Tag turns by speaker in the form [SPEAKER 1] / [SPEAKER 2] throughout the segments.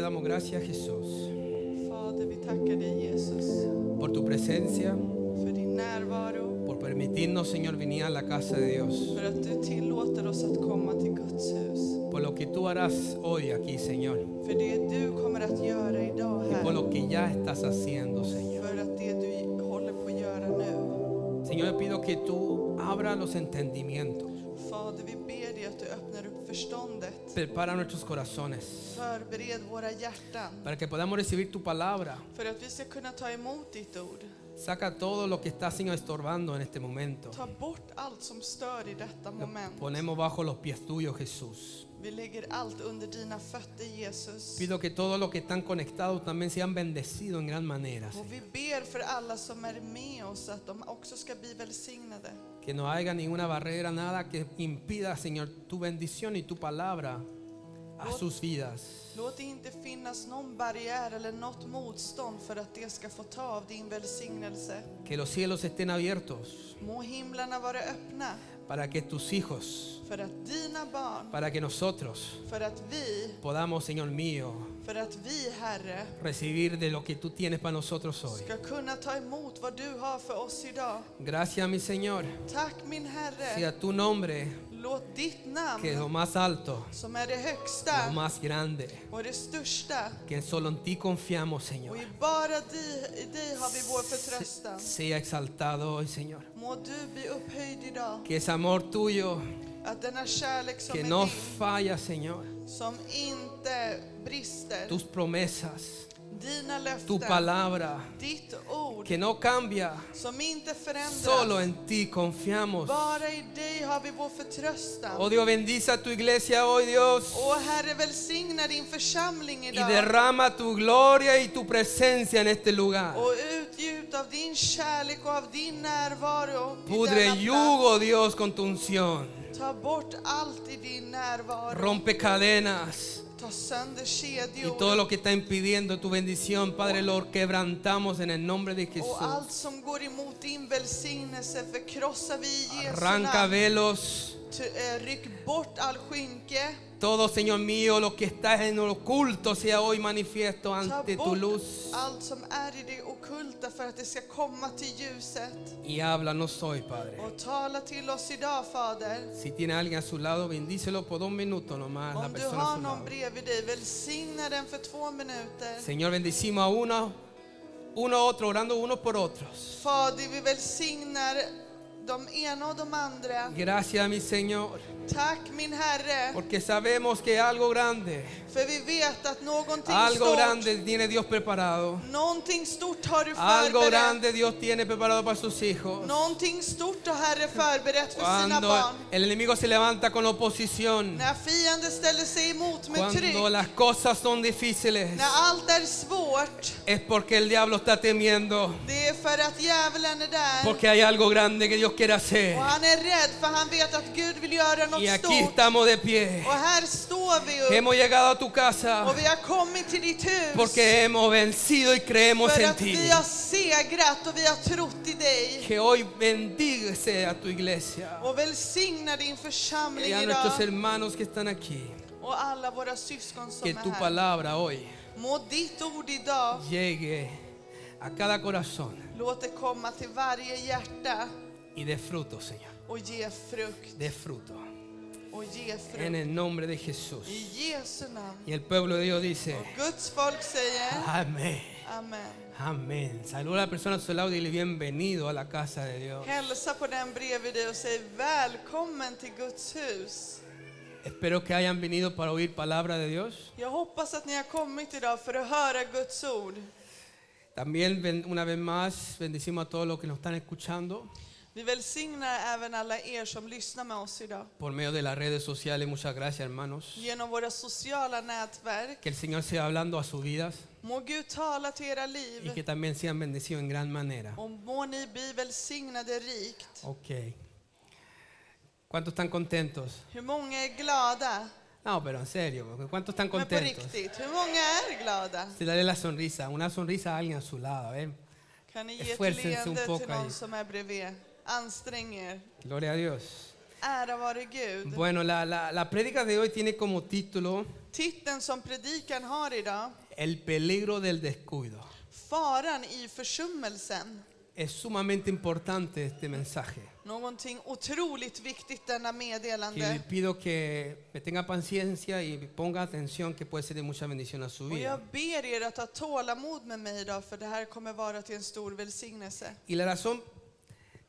[SPEAKER 1] damos gracias Jesús
[SPEAKER 2] Fader, vi tackar dig Jesus
[SPEAKER 1] por tu presencia,
[SPEAKER 2] för din närvaro,
[SPEAKER 1] por permitirnos Señor venir a la casa de Dios,
[SPEAKER 2] för att du tillåter oss att komma till Guds hus.
[SPEAKER 1] por lo que tú harás hoy aquí Señor,
[SPEAKER 2] För det du kommer att göra idag
[SPEAKER 1] y por
[SPEAKER 2] här,
[SPEAKER 1] lo que ya estás haciendo Señor.
[SPEAKER 2] för att det du håller på att göra nu.
[SPEAKER 1] Señor, pido que tú abra los entendimientos,
[SPEAKER 2] Fader, vi ber dig att du öppnar upp förståndet.
[SPEAKER 1] prepara nuestros corazones
[SPEAKER 2] Förbered våra hjärtan
[SPEAKER 1] para que podamos recibir tu palabra.
[SPEAKER 2] för att vi ska kunna ta emot ditt ord.
[SPEAKER 1] Saca todo lo que está Señor estorbando en este momento.
[SPEAKER 2] Ta bort allt som stör i detta moment.
[SPEAKER 1] Ponemos bajo los pies tuyos, Jesús.
[SPEAKER 2] Vi lägger allt under dina fötter, Jesus.
[SPEAKER 1] Pido que todos los que están conectados también sean bendecidos en gran manera. Señor.
[SPEAKER 2] Och vi ber för alla som är med oss att de också ska bli välsignade.
[SPEAKER 1] Que no haya ninguna barrera, nada que impida, Señor, tu bendición y tu palabra a sus vidas.
[SPEAKER 2] Låt det inte finnas någon barriär eller något motstånd för att det ska få ta av din välsignelse.
[SPEAKER 1] Que los cielos estén abiertos
[SPEAKER 2] Må himlarna vara öppna
[SPEAKER 1] para que tus hijos,
[SPEAKER 2] för att dina barn,
[SPEAKER 1] para que nosotros
[SPEAKER 2] för att vi,
[SPEAKER 1] podamos, Señor mío,
[SPEAKER 2] för att vi, Herre,
[SPEAKER 1] recibir de lo que tú tienes para nosotros hoy.
[SPEAKER 2] ska kunna ta emot vad du har för oss idag.
[SPEAKER 1] Gracias, mi Señor.
[SPEAKER 2] Tack min Herre,
[SPEAKER 1] Sea tu nombre
[SPEAKER 2] låt ditt
[SPEAKER 1] que es lo
[SPEAKER 2] namn,
[SPEAKER 1] más alto,
[SPEAKER 2] som är det
[SPEAKER 1] lo
[SPEAKER 2] högsta
[SPEAKER 1] más grande,
[SPEAKER 2] och det största,
[SPEAKER 1] que solo en ti confiamos,
[SPEAKER 2] och
[SPEAKER 1] Señor.
[SPEAKER 2] i bara dig, i dig har vi vår förtröstan.
[SPEAKER 1] Sea exaltado hoy, Señor.
[SPEAKER 2] Må du bli upphöjd idag.
[SPEAKER 1] Que ese amor tuyo,
[SPEAKER 2] Att denna kärlek som
[SPEAKER 1] que
[SPEAKER 2] är
[SPEAKER 1] no
[SPEAKER 2] din,
[SPEAKER 1] falla, Señor.
[SPEAKER 2] som inte brister,
[SPEAKER 1] Tus promesas,
[SPEAKER 2] dina
[SPEAKER 1] tu
[SPEAKER 2] löften,
[SPEAKER 1] palabra,
[SPEAKER 2] ditt ord
[SPEAKER 1] que no cambia.
[SPEAKER 2] som inte förändras.
[SPEAKER 1] Solo en ti confiamos.
[SPEAKER 2] Bara i dig har vi vår förtröstan.
[SPEAKER 1] Oh Dios, bendice a tu iglesia hoy, Dios.
[SPEAKER 2] Och Herre, välsigna din församling
[SPEAKER 1] Y
[SPEAKER 2] idag.
[SPEAKER 1] derrama tu gloria y tu presencia en este lugar.
[SPEAKER 2] Och utgjut av din kärlek och av din närvaro. i denna
[SPEAKER 1] Pudre
[SPEAKER 2] plats.
[SPEAKER 1] yugo, Dios, con tu unción.
[SPEAKER 2] Ta bort allt i din närvaro.
[SPEAKER 1] Rompe cadenas.
[SPEAKER 2] Ta sönder
[SPEAKER 1] Y todo
[SPEAKER 2] kedjor.
[SPEAKER 1] lo que está impidiendo tu bendición, Padre, lo quebrantamos en el nombre de
[SPEAKER 2] Och
[SPEAKER 1] Jesús.
[SPEAKER 2] allt som går emot din välsignelse förkrossar vi i Jesu
[SPEAKER 1] Arranca
[SPEAKER 2] namn.
[SPEAKER 1] velos.
[SPEAKER 2] Ty- eh, Ryck bort all skynke.
[SPEAKER 1] Todo, Señor mío, lo que está en lo oculto sea hoy manifiesto
[SPEAKER 2] Ta
[SPEAKER 1] ante tu
[SPEAKER 2] bort
[SPEAKER 1] luz.
[SPEAKER 2] allt som är i det okulta för att det ska komma till ljuset.
[SPEAKER 1] Y háblanos hoy, Padre.
[SPEAKER 2] Och tala till oss idag, Fader.
[SPEAKER 1] Si tiene alguien a su lado, bendícelo por dos minutos nomás. La
[SPEAKER 2] Om du
[SPEAKER 1] persona a
[SPEAKER 2] har
[SPEAKER 1] su
[SPEAKER 2] någon
[SPEAKER 1] lado.
[SPEAKER 2] bredvid dig, välsigna den för två minuter.
[SPEAKER 1] Señor, bendecimos a uno, uno a otro, orando unos por otros.
[SPEAKER 2] Fader, vi välsignar de ena och de andra.
[SPEAKER 1] Gracias, mi Señor,
[SPEAKER 2] Tack min Herre,
[SPEAKER 1] porque sabemos que algo grande,
[SPEAKER 2] för vi vet att någonting
[SPEAKER 1] algo
[SPEAKER 2] stort,
[SPEAKER 1] grande tiene Dios preparado.
[SPEAKER 2] någonting stort har du
[SPEAKER 1] Algo
[SPEAKER 2] förberett.
[SPEAKER 1] grande Dios tiene preparado para sus hijos.
[SPEAKER 2] Någonting stort har Herre förberett för sina
[SPEAKER 1] Cuando
[SPEAKER 2] barn.
[SPEAKER 1] el enemigo se levanta con oposición,
[SPEAKER 2] När fienden ställer sig emot med tryck,
[SPEAKER 1] cuando las cosas son difíciles,
[SPEAKER 2] när allt är svårt,
[SPEAKER 1] es porque el diablo está temiendo,
[SPEAKER 2] det är för att djävulen är där.
[SPEAKER 1] porque hay algo grande que Dios quiere hacer.
[SPEAKER 2] Och han är rädd för han vet att Gud vill göra
[SPEAKER 1] Y
[SPEAKER 2] något
[SPEAKER 1] aquí
[SPEAKER 2] stort.
[SPEAKER 1] estamos de pie.
[SPEAKER 2] Och här står vi upp
[SPEAKER 1] Hemos llegado a tu casa
[SPEAKER 2] och vi har kommit till ditt hus
[SPEAKER 1] porque hemos vencido y creemos
[SPEAKER 2] för
[SPEAKER 1] en
[SPEAKER 2] att
[SPEAKER 1] ti.
[SPEAKER 2] vi har segrat och vi har trott i dig.
[SPEAKER 1] Que hoy bendice a tu iglesia
[SPEAKER 2] Och välsigna din
[SPEAKER 1] y
[SPEAKER 2] församling
[SPEAKER 1] a nuestros
[SPEAKER 2] idag
[SPEAKER 1] hermanos que están aquí.
[SPEAKER 2] och alla våra syskon som
[SPEAKER 1] Que
[SPEAKER 2] är
[SPEAKER 1] tu
[SPEAKER 2] här.
[SPEAKER 1] palabra hoy
[SPEAKER 2] Må ditt ord idag,
[SPEAKER 1] llegue a cada corazón.
[SPEAKER 2] låt det komma till varje hjärta
[SPEAKER 1] y de fruto, Señor.
[SPEAKER 2] och ge frukt
[SPEAKER 1] De fruto.
[SPEAKER 2] och ge
[SPEAKER 1] En
[SPEAKER 2] frukt.
[SPEAKER 1] el nombre de Jesús.
[SPEAKER 2] I Jesu namn.
[SPEAKER 1] Y el pueblo de Dios dice,
[SPEAKER 2] Och Guds folk säger
[SPEAKER 1] amén.
[SPEAKER 2] Amen.
[SPEAKER 1] Amén. Saluda a la persona a su lado y dile bienvenido a la casa de Dios.
[SPEAKER 2] Hälsa på den bredvid dig och säg välkommen till Guds hus.
[SPEAKER 1] Espero que hayan venido para oír palabra de Dios.
[SPEAKER 2] Jag hoppas att ni har kommit idag för att höra Guds ord.
[SPEAKER 1] También ben- una vez más bendecimos a todos los que nos están escuchando
[SPEAKER 2] Vi välsignar även alla er som lyssnar med oss idag.
[SPEAKER 1] por medio de las redes sociales. Muchas gracias, hermanos.
[SPEAKER 2] Genom våra sociala nätverk.
[SPEAKER 1] Que el Señor siga hablando a sus vidas
[SPEAKER 2] Må Gud tala till era
[SPEAKER 1] y
[SPEAKER 2] liv
[SPEAKER 1] que también sean bendecidos en gran manera.
[SPEAKER 2] och må ni bli välsignade rikt.
[SPEAKER 1] Ok. ¿Cuántos están contentos?
[SPEAKER 2] Hur många är glada?
[SPEAKER 1] No, pero en serio, ¿cuántos están
[SPEAKER 2] Men på
[SPEAKER 1] contentos?
[SPEAKER 2] riktigt, hur många är glada?
[SPEAKER 1] Se dale la sonrisa, una sonrisa a alguien a su lado, ¿eh? a ver.
[SPEAKER 2] Kan ni ge ett
[SPEAKER 1] Esfuércense un
[SPEAKER 2] leende
[SPEAKER 1] poco
[SPEAKER 2] till
[SPEAKER 1] ahí.
[SPEAKER 2] någon som är bredvid? Ansträng er.
[SPEAKER 1] Gloria a Dios.
[SPEAKER 2] Ära vare Gud.
[SPEAKER 1] Bueno, la, la, la prédica de hoy tiene como título
[SPEAKER 2] Titeln som predikan har idag,
[SPEAKER 1] El peligro del descuido.
[SPEAKER 2] Faran i försummelsen.
[SPEAKER 1] Es sumamente importante este mensaje.
[SPEAKER 2] Någonting otroligt viktigt denna
[SPEAKER 1] Que le
[SPEAKER 2] meddelande.
[SPEAKER 1] pido que me tenga paciencia y ponga atención que puede ser de mucha bendición a su
[SPEAKER 2] Och jag
[SPEAKER 1] vida.
[SPEAKER 2] ber er att ha tålamod med mig idag för det här kommer vara till en stor välsignelse.
[SPEAKER 1] Y la razón,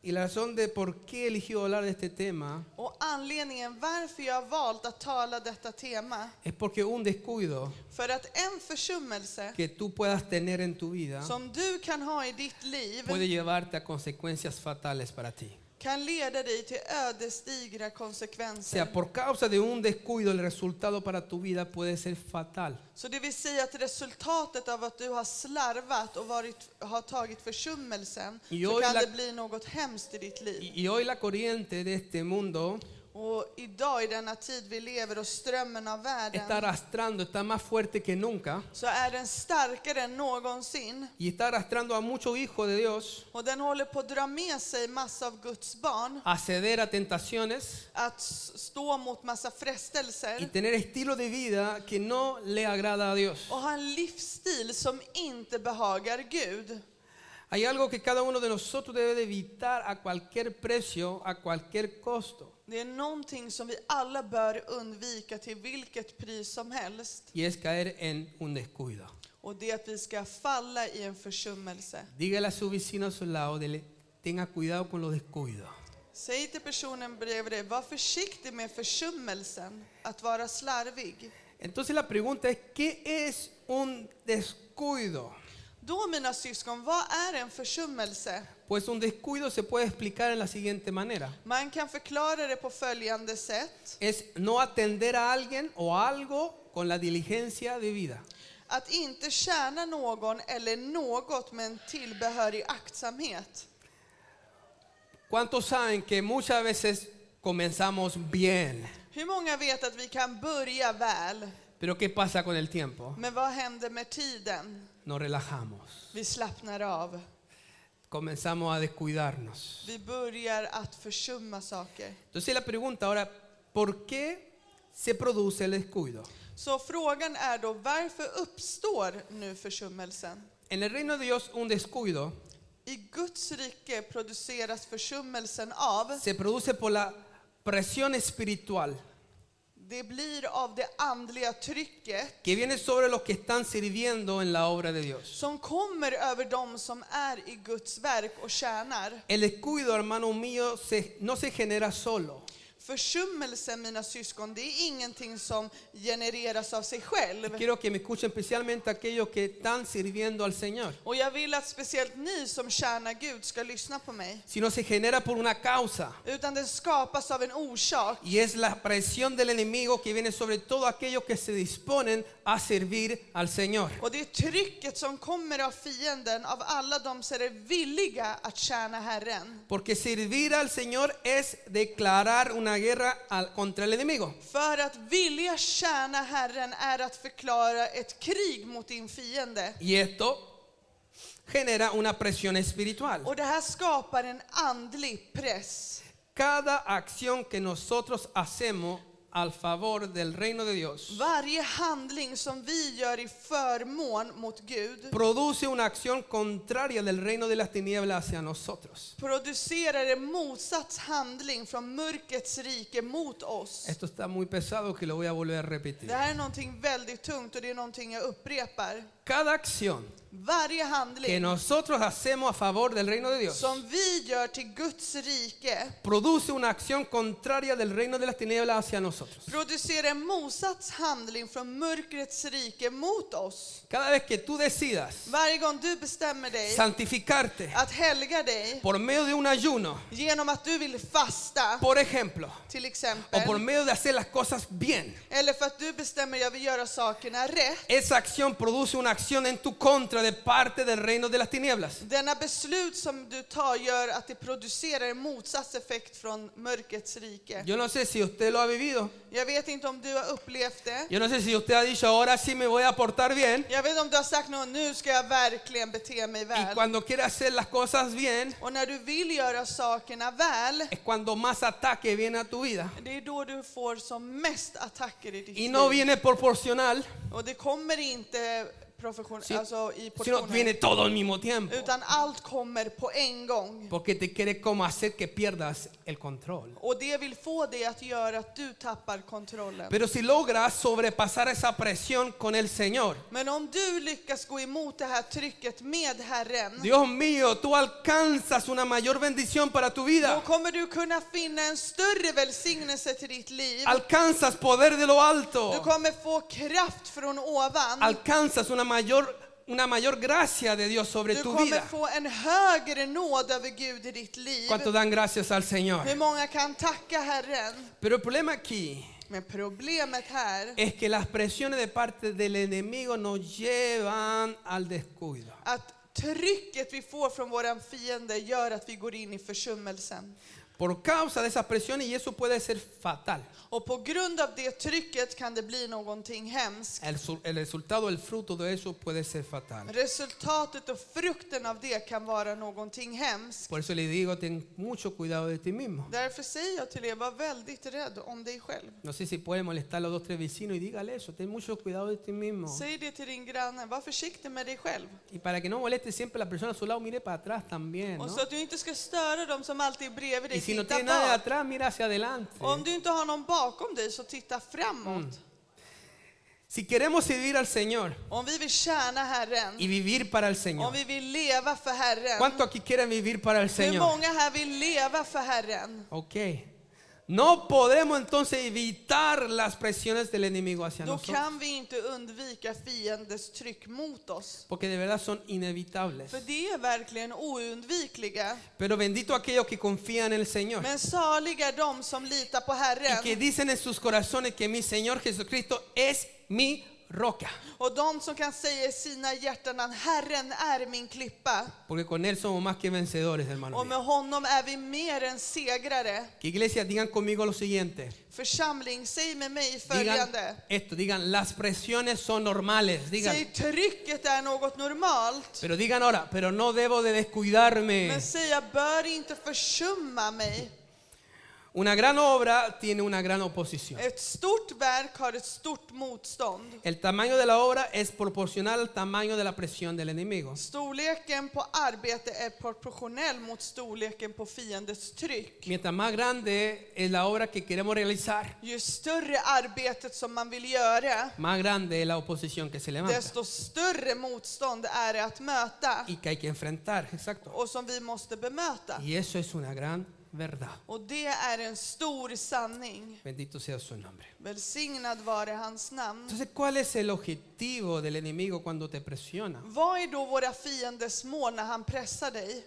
[SPEAKER 1] y la razón de por qué elegí hablar de este tema
[SPEAKER 2] Och anledningen varför jag har valt att tala detta tema,
[SPEAKER 1] es porque un descuido
[SPEAKER 2] för att en försummelse
[SPEAKER 1] que tú puedas tener en tu vida
[SPEAKER 2] som du kan ha i ditt liv
[SPEAKER 1] puede llevarte a consecuencias fatales para ti.
[SPEAKER 2] kan leda dig till ödesdigra
[SPEAKER 1] O
[SPEAKER 2] konsekvenser.
[SPEAKER 1] sea, por causa de un descuido el resultado para tu vida puede ser fatal.
[SPEAKER 2] Så det vill säga att resultatet av att du har slarvat och varit, har tagit försummelsen
[SPEAKER 1] Jag
[SPEAKER 2] så kan
[SPEAKER 1] la-
[SPEAKER 2] det bli något hemskt i ditt liv.
[SPEAKER 1] Y, y hoy la corriente de este mundo
[SPEAKER 2] Och idag i denna tid vi lever och strömmen av
[SPEAKER 1] está
[SPEAKER 2] världen
[SPEAKER 1] arrastrando, está más fuerte que nunca
[SPEAKER 2] så är den starkare än någonsin.
[SPEAKER 1] y está arrastrando a muchos hijos de Dios
[SPEAKER 2] Och den håller på att dra med sig massa av Guds barn
[SPEAKER 1] a ceder a tentaciones
[SPEAKER 2] att s- stå mot massa
[SPEAKER 1] y
[SPEAKER 2] frestelser
[SPEAKER 1] tener estilo de vida que no le agrada a Dios.
[SPEAKER 2] och ha en livsstil som inte behagar Gud.
[SPEAKER 1] Hay algo que cada uno de nosotros debe de evitar a cualquier precio, a cualquier costo,
[SPEAKER 2] Det är någonting som vi alla bör undvika till vilket pris som helst.
[SPEAKER 1] y es caer en un descuido.
[SPEAKER 2] Och det är att vi ska falla i en försummelse.
[SPEAKER 1] Dígale a su vecino a su lado, dile, tenga cuidado con los descuidos.
[SPEAKER 2] Säg till personen bredvid dig, var försiktig med försummelsen, att vara slarvig.
[SPEAKER 1] Entonces la pregunta es, ¿qué es un descuido?
[SPEAKER 2] Då mina syskon, vad är en försummelse?
[SPEAKER 1] Pues un descuido se puede explicar en la siguiente manera.
[SPEAKER 2] Man kan förklara det på följande sätt.
[SPEAKER 1] Es no atender a alguien o a algo con la diligencia debida.
[SPEAKER 2] Att inte tjäna någon eller något med en tillbehörig aktsamhet.
[SPEAKER 1] ¿Cuántos saben que muchas veces comenzamos bien?
[SPEAKER 2] Hur många vet att vi kan börja väl,
[SPEAKER 1] Pero ¿qué pasa con el tiempo?
[SPEAKER 2] men vad händer med tiden?
[SPEAKER 1] Nos relajamos.
[SPEAKER 2] Vi slappnar av.
[SPEAKER 1] Comenzamos a descuidarnos.
[SPEAKER 2] Vi börjar att försumma saker.
[SPEAKER 1] Entonces la pregunta ahora, ¿por qué se produce el descuido?
[SPEAKER 2] Så frågan är då varför uppstår nu försummelsen?
[SPEAKER 1] En el reino de Dios un descuido
[SPEAKER 2] I Guds rike produceras försummelsen av,
[SPEAKER 1] se produce por la presión espiritual
[SPEAKER 2] det blir av det andliga trycket
[SPEAKER 1] que viene sobre los que están sirviendo en la obra de Dios.
[SPEAKER 2] som kommer över dem som är i Guds verk och tjänar.
[SPEAKER 1] El descuido, hermano mío, se- no se genera solo.
[SPEAKER 2] Försummelsen, mina syskon, det är ingenting som genereras av sig själv.
[SPEAKER 1] Quiero que me escuchen especialmente aquellos que están sirviendo al Señor,
[SPEAKER 2] Och jag vill att speciellt ni som tjänar Gud ska lyssna på mig.
[SPEAKER 1] sino se genera por una causa.
[SPEAKER 2] Utan den skapas av en orsak.
[SPEAKER 1] Y es la presión del enemigo que viene sobre todo aquellos que se disponen a servir al Señor.
[SPEAKER 2] Och det är trycket som kommer av fienden, av alla de som är villiga att tjäna Herren.
[SPEAKER 1] Porque servir al Señor es declarar una guerra al- contra el enemigo.
[SPEAKER 2] För att vilja tjäna Herren är att förklara ett krig mot din fiende.
[SPEAKER 1] Y esto genera una presión espiritual.
[SPEAKER 2] Och det här skapar en andlig press.
[SPEAKER 1] Cada acción que nosotros hacemos al favor del reino de Dios
[SPEAKER 2] Varje handling som vi gör i förmån mot Gud
[SPEAKER 1] produce una acción contraria del reino de las tinieblas hacia nosotros.
[SPEAKER 2] producerar en motsatt handling från mörkrets rike mot oss.
[SPEAKER 1] Esto está muy pesado que lo voy a volver a repetir.
[SPEAKER 2] Det här är någonting väldigt tungt och det är någonting jag upprepar.
[SPEAKER 1] Cada acción
[SPEAKER 2] Varje handling
[SPEAKER 1] que nosotros hacemos a favor del reino de Dios
[SPEAKER 2] som vi gör till Guds rike
[SPEAKER 1] produce una acción contraria del reino de las tinieblas hacia nosotros.
[SPEAKER 2] producerar en motsats handling från mörkrets rike mot oss.
[SPEAKER 1] Cada vez que tú decidas
[SPEAKER 2] Varje gång du bestämmer dig
[SPEAKER 1] santificarte
[SPEAKER 2] att helga dig
[SPEAKER 1] por medio de un ayuno,
[SPEAKER 2] genom att du vill fasta,
[SPEAKER 1] por ejemplo,
[SPEAKER 2] till
[SPEAKER 1] o por
[SPEAKER 2] exempel,
[SPEAKER 1] medio de hacer las cosas bien,
[SPEAKER 2] eller för att du bestämmer jag vill göra sakerna rätt,
[SPEAKER 1] esa acción produce una acción en tu contra pero de parte del reino de las tinieblas.
[SPEAKER 2] Denna beslut som du tar gör att det producerar en motsatseffekt från mörkrets rike.
[SPEAKER 1] Yo no sé si usted lo ha vivido.
[SPEAKER 2] Jag vet inte om du har upplevt det.
[SPEAKER 1] Yo no sé si usted ha dicho, ahora sí me voy a portar bien.
[SPEAKER 2] Jag vet inte om du har sagt något, nu ska jag verkligen bete mig
[SPEAKER 1] Y
[SPEAKER 2] väl.
[SPEAKER 1] cuando quiere hacer las cosas bien,
[SPEAKER 2] Och när du vill göra sakerna väl,
[SPEAKER 1] es cuando más ataque viene a tu vida.
[SPEAKER 2] det är då du får som mest attacker i ditt
[SPEAKER 1] Y no
[SPEAKER 2] liv.
[SPEAKER 1] viene proporcional,
[SPEAKER 2] Och det kommer inte profession,
[SPEAKER 1] Si-
[SPEAKER 2] alltså i
[SPEAKER 1] sino viene
[SPEAKER 2] portioner,
[SPEAKER 1] todo al mismo tiempo.
[SPEAKER 2] utan allt kommer på en gång.
[SPEAKER 1] Porque te quiere como hacer que pierdas el control.
[SPEAKER 2] Och det vill få dig att göra att du tappar kontrollen.
[SPEAKER 1] Pero si logras sobrepasar esa presión con el Señor,
[SPEAKER 2] Men om du lyckas gå emot det här trycket med Herren,
[SPEAKER 1] Dios mío, tú alcanzas una mayor bendición para tu
[SPEAKER 2] då
[SPEAKER 1] vida.
[SPEAKER 2] kommer du kunna finna en större välsignelse till ditt liv.
[SPEAKER 1] Alcanzas poder de lo
[SPEAKER 2] Du
[SPEAKER 1] alto.
[SPEAKER 2] kommer få kraft från ovan.
[SPEAKER 1] Alcanzas una mayor, una mayor gracia de Dios sobre
[SPEAKER 2] Du
[SPEAKER 1] tu
[SPEAKER 2] kommer
[SPEAKER 1] vida.
[SPEAKER 2] få en högre nåd över Gud i ditt liv.
[SPEAKER 1] ¿Cuánto dan gracias al Señor?
[SPEAKER 2] Hur många kan tacka Herren?
[SPEAKER 1] Pero el problema aquí
[SPEAKER 2] Men problemet här,
[SPEAKER 1] es que las presiones de parte del enemigo nos llevan al descuido.
[SPEAKER 2] att trycket vi får från våra fiende gör att vi går in i försummelsen.
[SPEAKER 1] Por causa de esas presiones y eso puede ser fatal.
[SPEAKER 2] Och på grund av det trycket kan det bli någonting hemskt.
[SPEAKER 1] El, su- el resultado, el fruto de eso puede ser fatal.
[SPEAKER 2] Resultatet och frukten av det kan vara någonting hemskt.
[SPEAKER 1] Por eso le digo, ten mucho cuidado de ti mismo.
[SPEAKER 2] Därför säger jag till er, var väldigt rädd om dig själv.
[SPEAKER 1] No sé si puede molestar a los dos, tres vecinos y dígale eso. Ten mucho cuidado de ti mismo.
[SPEAKER 2] Säg det till din granne, var försiktig med dig själv.
[SPEAKER 1] Y para que no moleste siempre a la persona a su lado, mire para atrás también. ¿no?
[SPEAKER 2] Och så att du inte ska störa dem som alltid är bredvid
[SPEAKER 1] Y
[SPEAKER 2] dig,
[SPEAKER 1] si no
[SPEAKER 2] titta
[SPEAKER 1] tiene nada de
[SPEAKER 2] bak.
[SPEAKER 1] atrás, mira hacia adelante.
[SPEAKER 2] Och om du inte har någon bakom dig så titta framåt.
[SPEAKER 1] Si queremos servir al Señor
[SPEAKER 2] Om vi vill tjäna
[SPEAKER 1] y
[SPEAKER 2] Herren,
[SPEAKER 1] vivir para el
[SPEAKER 2] om
[SPEAKER 1] Señor,
[SPEAKER 2] vi vill leva för Herren.
[SPEAKER 1] ¿cuánto aquí quieren vivir para el
[SPEAKER 2] Hur
[SPEAKER 1] Señor?
[SPEAKER 2] många här vill leva för Herren?
[SPEAKER 1] Ok. No podemos entonces evitar las presiones del enemigo hacia
[SPEAKER 2] Då
[SPEAKER 1] nosotros,
[SPEAKER 2] kan vi inte undvika fiendens tryck mot oss.
[SPEAKER 1] porque de verdad son inevitables.
[SPEAKER 2] För det är verkligen oundvikliga.
[SPEAKER 1] Pero bendito aquellos que confían en el Señor
[SPEAKER 2] Men saliga är de som litar på
[SPEAKER 1] y que
[SPEAKER 2] Herren
[SPEAKER 1] dicen en sus corazones que mi Señor Jesucristo es mi roca,
[SPEAKER 2] och de som kan säga i sina hjärtan att Herren är min klippa
[SPEAKER 1] porque con Él somos más que vencedores, hermano.
[SPEAKER 2] och med
[SPEAKER 1] mío.
[SPEAKER 2] honom är vi mer än segrare.
[SPEAKER 1] Que iglesias digan conmigo lo siguiente.
[SPEAKER 2] Församling, säg med mig
[SPEAKER 1] Digan
[SPEAKER 2] följande.
[SPEAKER 1] esto, digan las presiones son normales, digan.
[SPEAKER 2] Säg trycket är något normalt.
[SPEAKER 1] Pero digan ahora, pero no debo de descuidarme.
[SPEAKER 2] Men säg jag bör inte försumma mig.
[SPEAKER 1] Una gran obra tiene una gran oposición.
[SPEAKER 2] Ett stort verk har ett stort motstånd.
[SPEAKER 1] El tamaño de la obra es proporcional al tamaño de la presión del enemigo.
[SPEAKER 2] Storleken på arbete är proportionell mot storleken på fiendens tryck.
[SPEAKER 1] Mientras más grande es la obra que queremos realizar,
[SPEAKER 2] Ju större arbetet som man vill göra,
[SPEAKER 1] más grande es la oposición que se levanta
[SPEAKER 2] desto större motstånd är det att möta
[SPEAKER 1] y que hay que enfrentar. Exacto.
[SPEAKER 2] och som vi måste bemöta.
[SPEAKER 1] Y eso es una gran verdad.
[SPEAKER 2] Och det är en stor sanning.
[SPEAKER 1] Bendito sea su nombre.
[SPEAKER 2] Välsignad vare hans namn.
[SPEAKER 1] Entonces, ¿cuál es el objetivo del enemigo cuando te presiona?
[SPEAKER 2] Vad är då våra fienders mål när han pressar dig?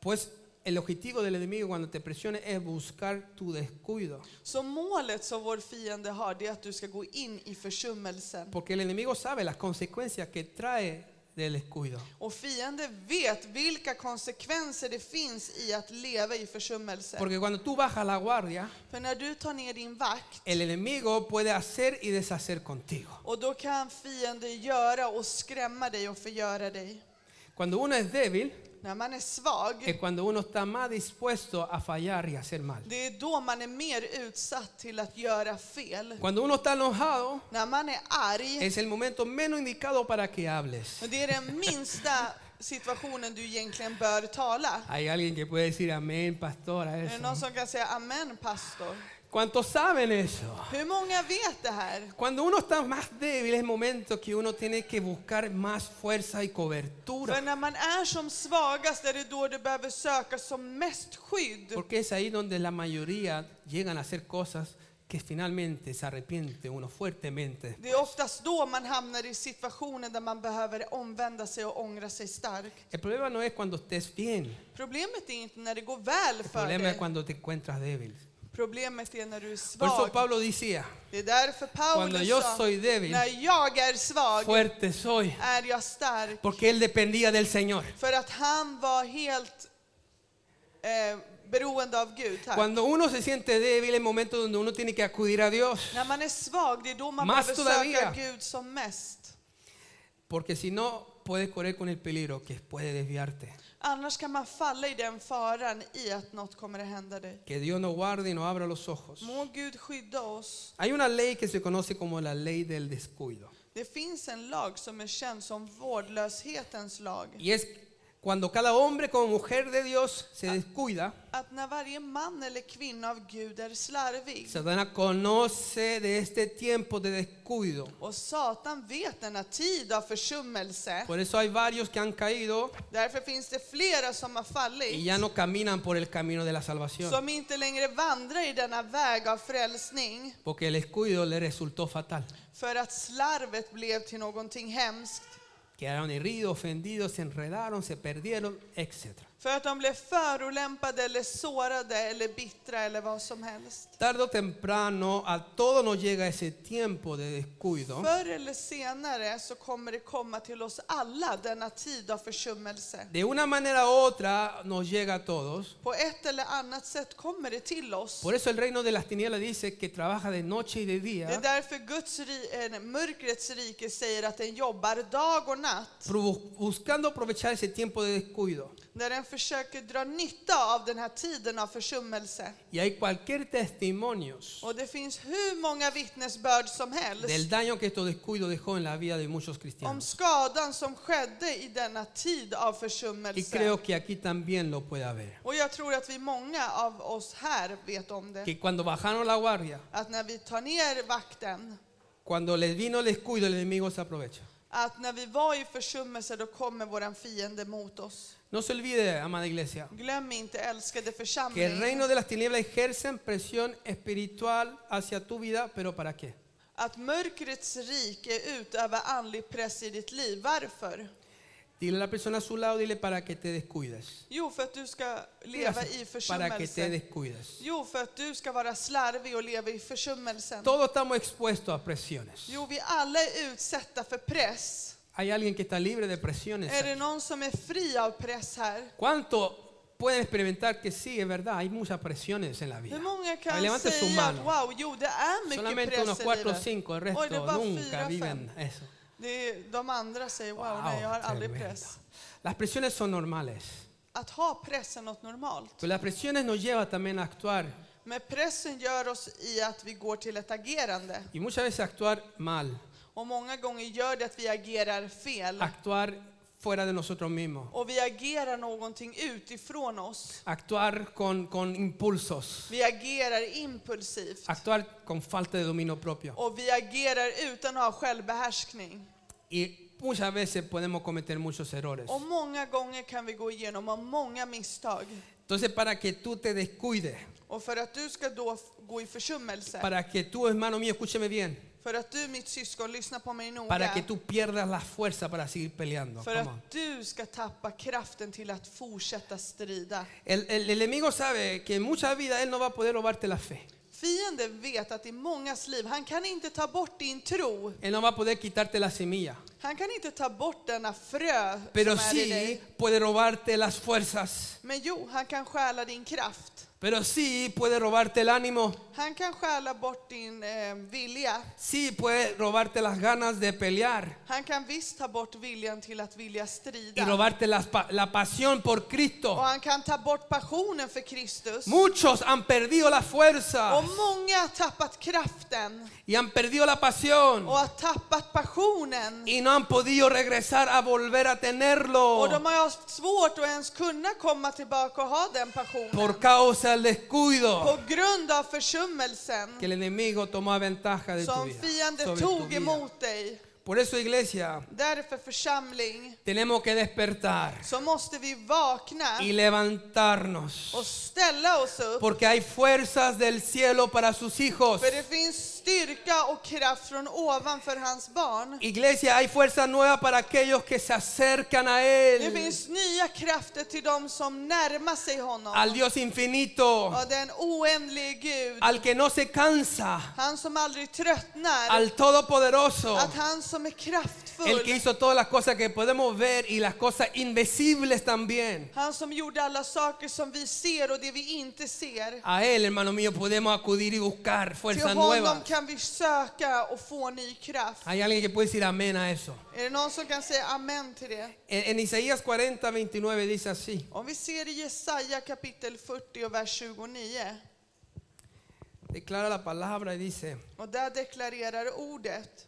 [SPEAKER 1] Pues el objetivo del enemigo cuando te presiona es buscar tu descuido.
[SPEAKER 2] Så målet som vår fiende har det är att du ska gå in i försummelsen.
[SPEAKER 1] Porque el enemigo sabe las consecuencias que trae del descuido.
[SPEAKER 2] Och fienden vet vilka konsekvenser det finns i att leva i försummelse.
[SPEAKER 1] Porque cuando tú bajas la guardia,
[SPEAKER 2] För när du tar ner din vakt
[SPEAKER 1] el enemigo puede hacer y deshacer contigo.
[SPEAKER 2] och då kan fienden göra och skrämma dig och förgöra dig.
[SPEAKER 1] Cuando uno es débil,
[SPEAKER 2] När man är svag,
[SPEAKER 1] es cuando uno está más dispuesto a fallar y a hacer mal.
[SPEAKER 2] det är då man är mer utsatt till att göra fel.
[SPEAKER 1] Cuando uno está enojado,
[SPEAKER 2] När man är arg,
[SPEAKER 1] es el momento menos indicado para que hables.
[SPEAKER 2] det är den minsta situationen du egentligen bör tala.
[SPEAKER 1] Hay alguien que puede decir amén, pastora.
[SPEAKER 2] Är det någon
[SPEAKER 1] Eso.
[SPEAKER 2] som kan säga amen pastor?
[SPEAKER 1] ¿Cuántos saben eso?
[SPEAKER 2] Hur många vet det här?
[SPEAKER 1] Cuando uno está más débil es momento que uno tiene que buscar más fuerza y
[SPEAKER 2] För
[SPEAKER 1] cobertura.
[SPEAKER 2] när man är som svagast är det då du behöver söka som mest skydd.
[SPEAKER 1] Porque es ahí donde la mayoría llegan a hacer cosas que finalmente se arrepiente uno fuertemente.
[SPEAKER 2] Det är oftast då man hamnar i situationer där man behöver omvända sig och ångra sig stark.
[SPEAKER 1] El problema no es cuando estés bien,
[SPEAKER 2] Problemet är inte när det går väl
[SPEAKER 1] el
[SPEAKER 2] för
[SPEAKER 1] problema es
[SPEAKER 2] dig.
[SPEAKER 1] cuando te encuentras débil.
[SPEAKER 2] Problemet är när du är
[SPEAKER 1] Por eso
[SPEAKER 2] svag.
[SPEAKER 1] Pablo decía,
[SPEAKER 2] Det är därför
[SPEAKER 1] cuando
[SPEAKER 2] Paulus
[SPEAKER 1] yo
[SPEAKER 2] sa,
[SPEAKER 1] soy débil,
[SPEAKER 2] när jag är svag
[SPEAKER 1] fuerte soy,
[SPEAKER 2] är jag stark.
[SPEAKER 1] porque él dependía del Señor.
[SPEAKER 2] För att han var helt eh, beroende av Gud. Tack.
[SPEAKER 1] Cuando uno se siente débil, el momento donde uno tiene que acudir a Dios,
[SPEAKER 2] När man är svag, det är då man
[SPEAKER 1] Más
[SPEAKER 2] behöver
[SPEAKER 1] todavía.
[SPEAKER 2] söka Gud som mest.
[SPEAKER 1] porque si no, puedes correr con el peligro que puede desviarte.
[SPEAKER 2] Annars kan man falla i den faran i att något kommer att hända dig.
[SPEAKER 1] Que Dios nos guarde y nos abra los ojos.
[SPEAKER 2] Må Gud skydda oss.
[SPEAKER 1] Hay una ley que se conoce como la ley del descuido.
[SPEAKER 2] Det finns en lag som är känd som vårdlöshetens lag.
[SPEAKER 1] Y es cuando cada hombre como mujer de Dios se descuida,
[SPEAKER 2] Att när varje man eller kvinna av Gud är slarvig
[SPEAKER 1] Satanás conoce de este tiempo de descuido.
[SPEAKER 2] och Satan vet denna tid av försummelse.
[SPEAKER 1] Por eso hay varios que han caído
[SPEAKER 2] Därför finns det flera som har
[SPEAKER 1] y
[SPEAKER 2] fallit
[SPEAKER 1] ya no caminan por el camino de la salvación,
[SPEAKER 2] som inte längre vandrar i denna väg av frälsning
[SPEAKER 1] porque el descuido le resultó fatal.
[SPEAKER 2] för att slarvet blev till någonting hemskt.
[SPEAKER 1] Quedaron heridos, ofendidos, se enredaron, se perdieron, etc.
[SPEAKER 2] För att de blev förolämpade eller sårade eller bittra eller vad som helst.
[SPEAKER 1] Tarde o temprano a todos nos llega ese tiempo de descuido
[SPEAKER 2] Förr eller senare så kommer det komma till oss alla denna tid av försummelse.
[SPEAKER 1] De una manera u otra nos llega a todos.
[SPEAKER 2] På ett eller annat sätt kommer det till oss.
[SPEAKER 1] Por eso el reino de las tinieblas dice que trabaja de noche y de
[SPEAKER 2] Det är
[SPEAKER 1] día,
[SPEAKER 2] därför Guds ri, eh, nej, mörkrets rike säger att den jobbar dag och natt.
[SPEAKER 1] provo- buscando aprovechar ese tiempo de descuido.
[SPEAKER 2] När den försöker dra nytta av den här tiden av försummelse.
[SPEAKER 1] Y hay cualquier testimonio
[SPEAKER 2] Och det finns hur många vittnesbörd som
[SPEAKER 1] del
[SPEAKER 2] helst
[SPEAKER 1] daño que estos descuidos dejó en la vida de muchos
[SPEAKER 2] om
[SPEAKER 1] cristianos.
[SPEAKER 2] skadan som skedde i denna tid av
[SPEAKER 1] Y
[SPEAKER 2] försummelse.
[SPEAKER 1] creo que aquí también lo puede haber.
[SPEAKER 2] Och jag tror att vi många av oss här vet om det.
[SPEAKER 1] Que cuando bajaron la guardia,
[SPEAKER 2] Att när vi tar ner vakten,
[SPEAKER 1] cuando les vino el descuido, el enemigo se aprovecha.
[SPEAKER 2] att när vi var i försummelse då kommer våran fiende mot oss.
[SPEAKER 1] No se olvide, amada iglesia,
[SPEAKER 2] Glöm inte älskade
[SPEAKER 1] que el
[SPEAKER 2] församling
[SPEAKER 1] reino de las tinieblas ejercen presión espiritual hacia tu vida, pero ¿para qué?
[SPEAKER 2] att mörkrets rike utövar andlig press i ditt liv. Varför?
[SPEAKER 1] Dile a la persona a su lado, dile para que te descuides.
[SPEAKER 2] Jo, för att du ska
[SPEAKER 1] Diga
[SPEAKER 2] leva i
[SPEAKER 1] así, para que te
[SPEAKER 2] försummelse.
[SPEAKER 1] descuides.
[SPEAKER 2] Jo, för att du ska vara slarvig och leva i försummelsen.
[SPEAKER 1] Todos estamos expuestos a presiones.
[SPEAKER 2] Jo, vi alla är utsatta för press.
[SPEAKER 1] Hay alguien que está libre de presiones.
[SPEAKER 2] Är det någon som är fri av press här?
[SPEAKER 1] ¿Cuánto pueden experimentar que sí, es verdad, hay muchas presiones en la vida?
[SPEAKER 2] Hur många
[SPEAKER 1] A ver,
[SPEAKER 2] kan
[SPEAKER 1] Levante su
[SPEAKER 2] säga att
[SPEAKER 1] mano.
[SPEAKER 2] wow, jo det är mycket
[SPEAKER 1] Solamente unos
[SPEAKER 2] press
[SPEAKER 1] 4
[SPEAKER 2] i
[SPEAKER 1] o
[SPEAKER 2] livet.
[SPEAKER 1] 5, el
[SPEAKER 2] Oj, det är
[SPEAKER 1] resto
[SPEAKER 2] bara
[SPEAKER 1] nunca
[SPEAKER 2] fyra,
[SPEAKER 1] viven
[SPEAKER 2] fem.
[SPEAKER 1] eso.
[SPEAKER 2] Det är, de andra säger wow, nej jag har
[SPEAKER 1] Wow,
[SPEAKER 2] aldrig
[SPEAKER 1] tremendo.
[SPEAKER 2] press.
[SPEAKER 1] Las presiones son normales,
[SPEAKER 2] Att ha press är något normalt.
[SPEAKER 1] pero las presiones nos llevan también a actuar
[SPEAKER 2] Men pressen gör oss i att vi går till ett agerande.
[SPEAKER 1] y muchas veces actuar mal,
[SPEAKER 2] Och många gånger gör det att vi agerar fel.
[SPEAKER 1] actuar fuera de nosotros mismos,
[SPEAKER 2] Och vi agerar någonting utifrån oss.
[SPEAKER 1] actuar con, con impulsos,
[SPEAKER 2] Vi agerar impulsivt.
[SPEAKER 1] actuar con falta de dominio propio.
[SPEAKER 2] Och vi agerar utan att ha självbehärskning.
[SPEAKER 1] Y muchas veces podemos cometer muchos errores.
[SPEAKER 2] Och många gånger kan vi gå igenom av många misstag.
[SPEAKER 1] Entonces, para que tú te descuides,
[SPEAKER 2] Och för att du ska då f- gå i försummelse.
[SPEAKER 1] para que tú, hermano mío, escúcheme bien,
[SPEAKER 2] För att du mitt syskon, lyssna på mig noga.
[SPEAKER 1] para que tú pierdas la fuerza para seguir peleando.
[SPEAKER 2] för
[SPEAKER 1] Come on.
[SPEAKER 2] att du ska tappa kraften till att fortsätta strida.
[SPEAKER 1] El, el enemigo sabe que en muchas vidas él no va a poder robarte la fe.
[SPEAKER 2] Fienden vet att i mångas liv, han kan inte ta bort din tro.
[SPEAKER 1] Él no va a poder quitarte la semilla.
[SPEAKER 2] Han kan inte ta bort denna frö
[SPEAKER 1] Pero
[SPEAKER 2] som är i
[SPEAKER 1] sí
[SPEAKER 2] dig.
[SPEAKER 1] puede robarte las fuerzas.
[SPEAKER 2] Men jo, han kan stjäla din kraft.
[SPEAKER 1] Pero sí puede robarte el ánimo.
[SPEAKER 2] Han kan stjäla bort din eh, vilja.
[SPEAKER 1] Sí puede robarte las ganas de pelear.
[SPEAKER 2] Han kan visst ta bort viljan till att vilja strida.
[SPEAKER 1] Y robarte las pa- la pasión por
[SPEAKER 2] Och
[SPEAKER 1] Cristo.
[SPEAKER 2] han kan ta bort passionen för Kristus.
[SPEAKER 1] Muchos han perdido la fuerza.
[SPEAKER 2] Och många har tappat kraften
[SPEAKER 1] Y han perdido la pasión.
[SPEAKER 2] och har tappat passionen.
[SPEAKER 1] Y no han podido regresar a volver a
[SPEAKER 2] Och
[SPEAKER 1] tenerlo.
[SPEAKER 2] de har haft svårt att ens kunna komma tillbaka och ha den passionen.
[SPEAKER 1] Por causa del descuido.
[SPEAKER 2] På grund av försummelsen
[SPEAKER 1] que el enemigo toma ventaja de tu
[SPEAKER 2] som
[SPEAKER 1] vida,
[SPEAKER 2] fienden
[SPEAKER 1] sobre tu
[SPEAKER 2] tog
[SPEAKER 1] vida.
[SPEAKER 2] emot dig.
[SPEAKER 1] Por eso, iglesia,
[SPEAKER 2] Därför församling,
[SPEAKER 1] tenemos que despertar
[SPEAKER 2] så måste vi vakna
[SPEAKER 1] y levantarnos,
[SPEAKER 2] och ställa oss upp.
[SPEAKER 1] porque hay fuerzas del cielo para sus hijos.
[SPEAKER 2] För det finns styrka och kraft från ovan för hans barn.
[SPEAKER 1] Iglesia, hay fuerza nueva para aquellos que se acercan a
[SPEAKER 2] Det
[SPEAKER 1] Él,
[SPEAKER 2] finns nya krafter till dem som närmar sig honom.
[SPEAKER 1] al Dios infinito,
[SPEAKER 2] Ja, den oändlige Gud,
[SPEAKER 1] al que no se cansa,
[SPEAKER 2] han som aldrig tröttnar,
[SPEAKER 1] al Todopoderoso,
[SPEAKER 2] att han som är
[SPEAKER 1] el que
[SPEAKER 2] kraftfull,
[SPEAKER 1] hizo todas las cosas que podemos ver y las cosas invisibles también.
[SPEAKER 2] han som gjorde alla saker som vi ser och det vi inte ser.
[SPEAKER 1] A Él, hermano mío, podemos acudir y buscar
[SPEAKER 2] Till
[SPEAKER 1] fuerza
[SPEAKER 2] honom
[SPEAKER 1] nueva.
[SPEAKER 2] kan vi söka och få ny kraft.
[SPEAKER 1] Hay alguien que puede decir amén a eso.
[SPEAKER 2] Är det någon som kan säga amen till det?
[SPEAKER 1] En, en Isaías 40, 29 dice así.
[SPEAKER 2] Om vi ser i Jesaja kapitel 40 och vers 29
[SPEAKER 1] Declara la palabra y dice,
[SPEAKER 2] och där deklarerar ordet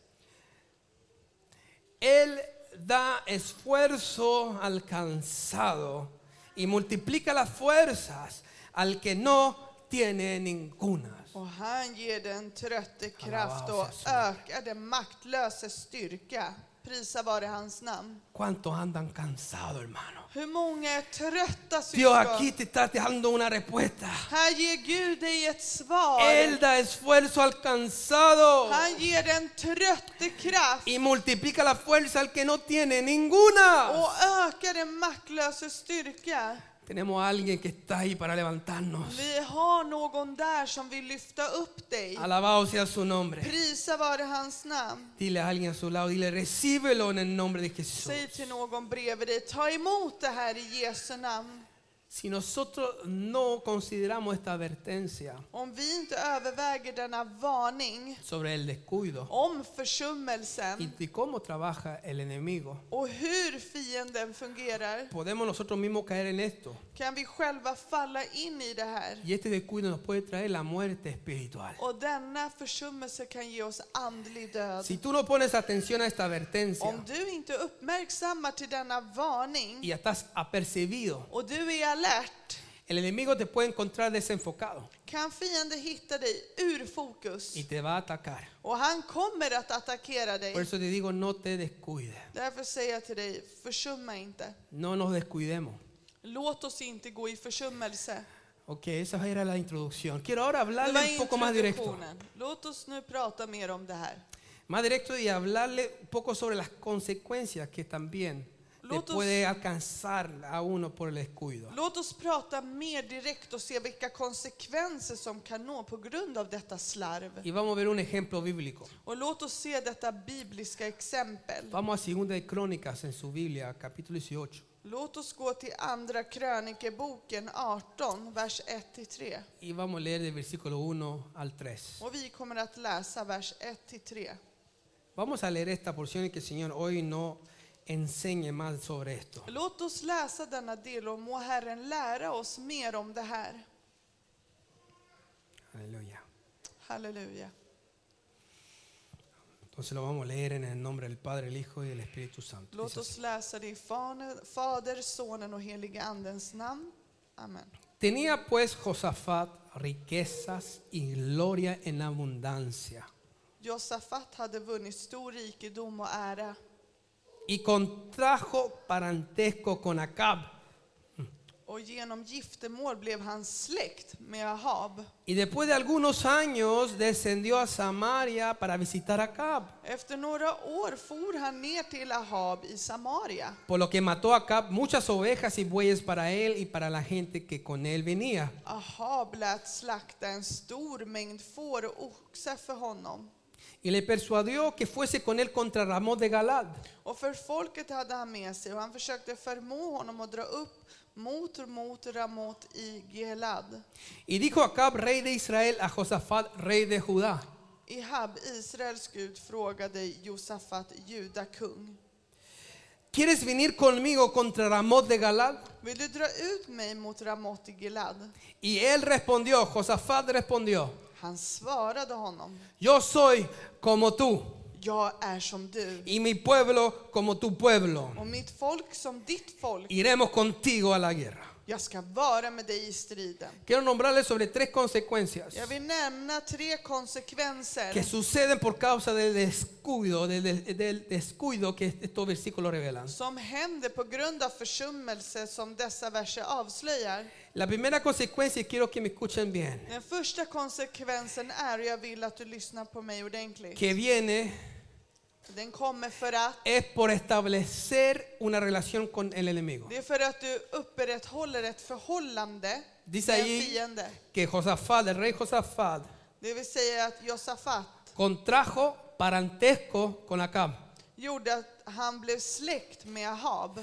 [SPEAKER 1] Él da esfuerzo al cansado y multiplica las fuerzas al que no tiene ninguna.
[SPEAKER 2] och han ger den trötte kraft
[SPEAKER 1] Halleluja,
[SPEAKER 2] och ökar den maktlöse styrka. Prisa vare hans namn.
[SPEAKER 1] ¿Cuántos andan cansados, hermano?
[SPEAKER 2] Hur många är trötta
[SPEAKER 1] Dios aquí
[SPEAKER 2] syskon?
[SPEAKER 1] te está dejando una respuesta.
[SPEAKER 2] Här ger Gud dig ett svar.
[SPEAKER 1] Él da esfuerzo al cansado
[SPEAKER 2] Han ger den trötte kraft
[SPEAKER 1] y multiplica la fuerza al que no tiene ninguna.
[SPEAKER 2] och ökar den maktlöse styrka.
[SPEAKER 1] Tenemos a alguien que está ahí para levantarnos.
[SPEAKER 2] Vi har någon där som vill lyfta upp dig.
[SPEAKER 1] Alabado sea su nombre.
[SPEAKER 2] Prisa vare hans namn.
[SPEAKER 1] Dile a alguien a su lado, dile, recíbelo en el nombre de Jesús.
[SPEAKER 2] Säg till någon bredvid dig, ta emot det här i Jesu namn.
[SPEAKER 1] Si nosotros no consideramos esta advertencia
[SPEAKER 2] Om vi inte överväger denna varning
[SPEAKER 1] sobre el descuido
[SPEAKER 2] om
[SPEAKER 1] y
[SPEAKER 2] försummelsen
[SPEAKER 1] de cómo trabaja el enemigo,
[SPEAKER 2] och hur fienden fungerar
[SPEAKER 1] podemos nosotros mismos caer en esto.
[SPEAKER 2] kan vi själva falla in i det här.
[SPEAKER 1] Y este descuido nos puede traer la muerte espiritual.
[SPEAKER 2] Och denna försummelse kan ge oss andlig död.
[SPEAKER 1] Si tú no pones atención a esta advertencia
[SPEAKER 2] Om du inte uppmärksammar till denna varning
[SPEAKER 1] y estás apercibido,
[SPEAKER 2] och du är alert
[SPEAKER 1] el enemigo te puede encontrar desenfocado
[SPEAKER 2] kan fienden hitta dig ur fokus
[SPEAKER 1] y te va a atacar.
[SPEAKER 2] och han kommer att attackera
[SPEAKER 1] Por
[SPEAKER 2] dig.
[SPEAKER 1] eso te digo, no te descuides,
[SPEAKER 2] Därför säger jag till dig, försumma inte.
[SPEAKER 1] no nos descuidemos.
[SPEAKER 2] Låt oss inte gå i försummelse.
[SPEAKER 1] Ok, esa era la introducción. Quiero ahora
[SPEAKER 2] Det var
[SPEAKER 1] hablarle un poco más directo.
[SPEAKER 2] introduktionen. Låt oss nu prata mer om det här.
[SPEAKER 1] más directo y hablarle un poco sobre las consecuencias que también le
[SPEAKER 2] Lotus.
[SPEAKER 1] puede alcanzar a uno por el descuido.
[SPEAKER 2] Låt oss prata mer direkt och se vilka konsekvenser som kan nå på grund av detta slarv.
[SPEAKER 1] Y vamos a ver un ejemplo bíblico.
[SPEAKER 2] Och låt oss se detta bibliska exempel.
[SPEAKER 1] Vamos a Segunda de Crónicas en su Biblia, capítulo 18.
[SPEAKER 2] Låt oss gå till Andra krönikeboken 18, vers 1-3.
[SPEAKER 1] Y vamos a leer del versículo 1 al 3.
[SPEAKER 2] Och vi kommer att läsa vers 1-3.
[SPEAKER 1] Vamos a leer esta porción y que el Señor hoy no enseñe más sobre esto.
[SPEAKER 2] Låt oss läsa denna del och må Herren lära oss mer om det här.
[SPEAKER 1] Aleluya.
[SPEAKER 2] Halleluja.
[SPEAKER 1] Entonces lo vamos a leer en el nombre del Padre, el Hijo y del Espíritu Santo.
[SPEAKER 2] Låt
[SPEAKER 1] Dice
[SPEAKER 2] oss
[SPEAKER 1] así.
[SPEAKER 2] läsa det i Fane- Fader, Sonen och Helige Andens namn. Amen.
[SPEAKER 1] Tenía pues Josafat riquezas y gloria en abundancia.
[SPEAKER 2] Josafat hade vunnit stor rikedom och ära
[SPEAKER 1] y contrajo parentesco con Acab
[SPEAKER 2] och genom giftermål blev han släkt med Ahab.
[SPEAKER 1] y después de algunos años descendió a Samaria para visitar a Acab,
[SPEAKER 2] Efter några år for han ner till Ahab i Samaria
[SPEAKER 1] por lo que mató a Acab muchas ovejas y bueyes para él y para la gente que con él venía.
[SPEAKER 2] Ahab lät slakta en stor mängd får och oxar för honom.
[SPEAKER 1] Y le persuadió que fuese con él contra Ramón de Galad.
[SPEAKER 2] Och för folket hade han med sig och han försökte förmå honom att dra upp mot mot Ramot i Gelad.
[SPEAKER 1] Y dijo Acab, rey de Israel, a Josafat, rey de Judá,
[SPEAKER 2] Ihab, Israels gud, frågade Josafat, judakung.
[SPEAKER 1] ¿quieres venir conmigo contra Ramón de Galad?
[SPEAKER 2] Vill du dra ut mig mot Ramot i Gilad?
[SPEAKER 1] Y él respondió, Josafat respondió,
[SPEAKER 2] Han svarade honom,
[SPEAKER 1] yo soy como tú.
[SPEAKER 2] jag är som du
[SPEAKER 1] y mi pueblo como tu pueblo.
[SPEAKER 2] och mitt folk som ditt folk.
[SPEAKER 1] Iremos contigo a la guerra.
[SPEAKER 2] Jag ska vara med dig i striden.
[SPEAKER 1] Quiero nombrarles sobre tres consecuencias
[SPEAKER 2] Jag vill nämna tre
[SPEAKER 1] que
[SPEAKER 2] konsekvenser
[SPEAKER 1] suceden por causa del descuido, del, del- del descuido que estos versículos revelan.
[SPEAKER 2] som händer på grund av försummelse som dessa verser avslöjar.
[SPEAKER 1] La primera consecuencia, y quiero que me escuchen bien,
[SPEAKER 2] Den första konsekvensen är, och jag vill att du lyssnar på mig ordentligt,
[SPEAKER 1] que viene
[SPEAKER 2] den kommer för att
[SPEAKER 1] es por establecer una relación con el enemigo.
[SPEAKER 2] det är för att du upprätthåller ett förhållande med
[SPEAKER 1] Dice
[SPEAKER 2] en
[SPEAKER 1] allí-
[SPEAKER 2] fiende.
[SPEAKER 1] Que Josafat, el rey Josafat,
[SPEAKER 2] Det vill säga att Josafat
[SPEAKER 1] contrajo parentesco con Acab.
[SPEAKER 2] gjorde att han blev släkt med Ahab.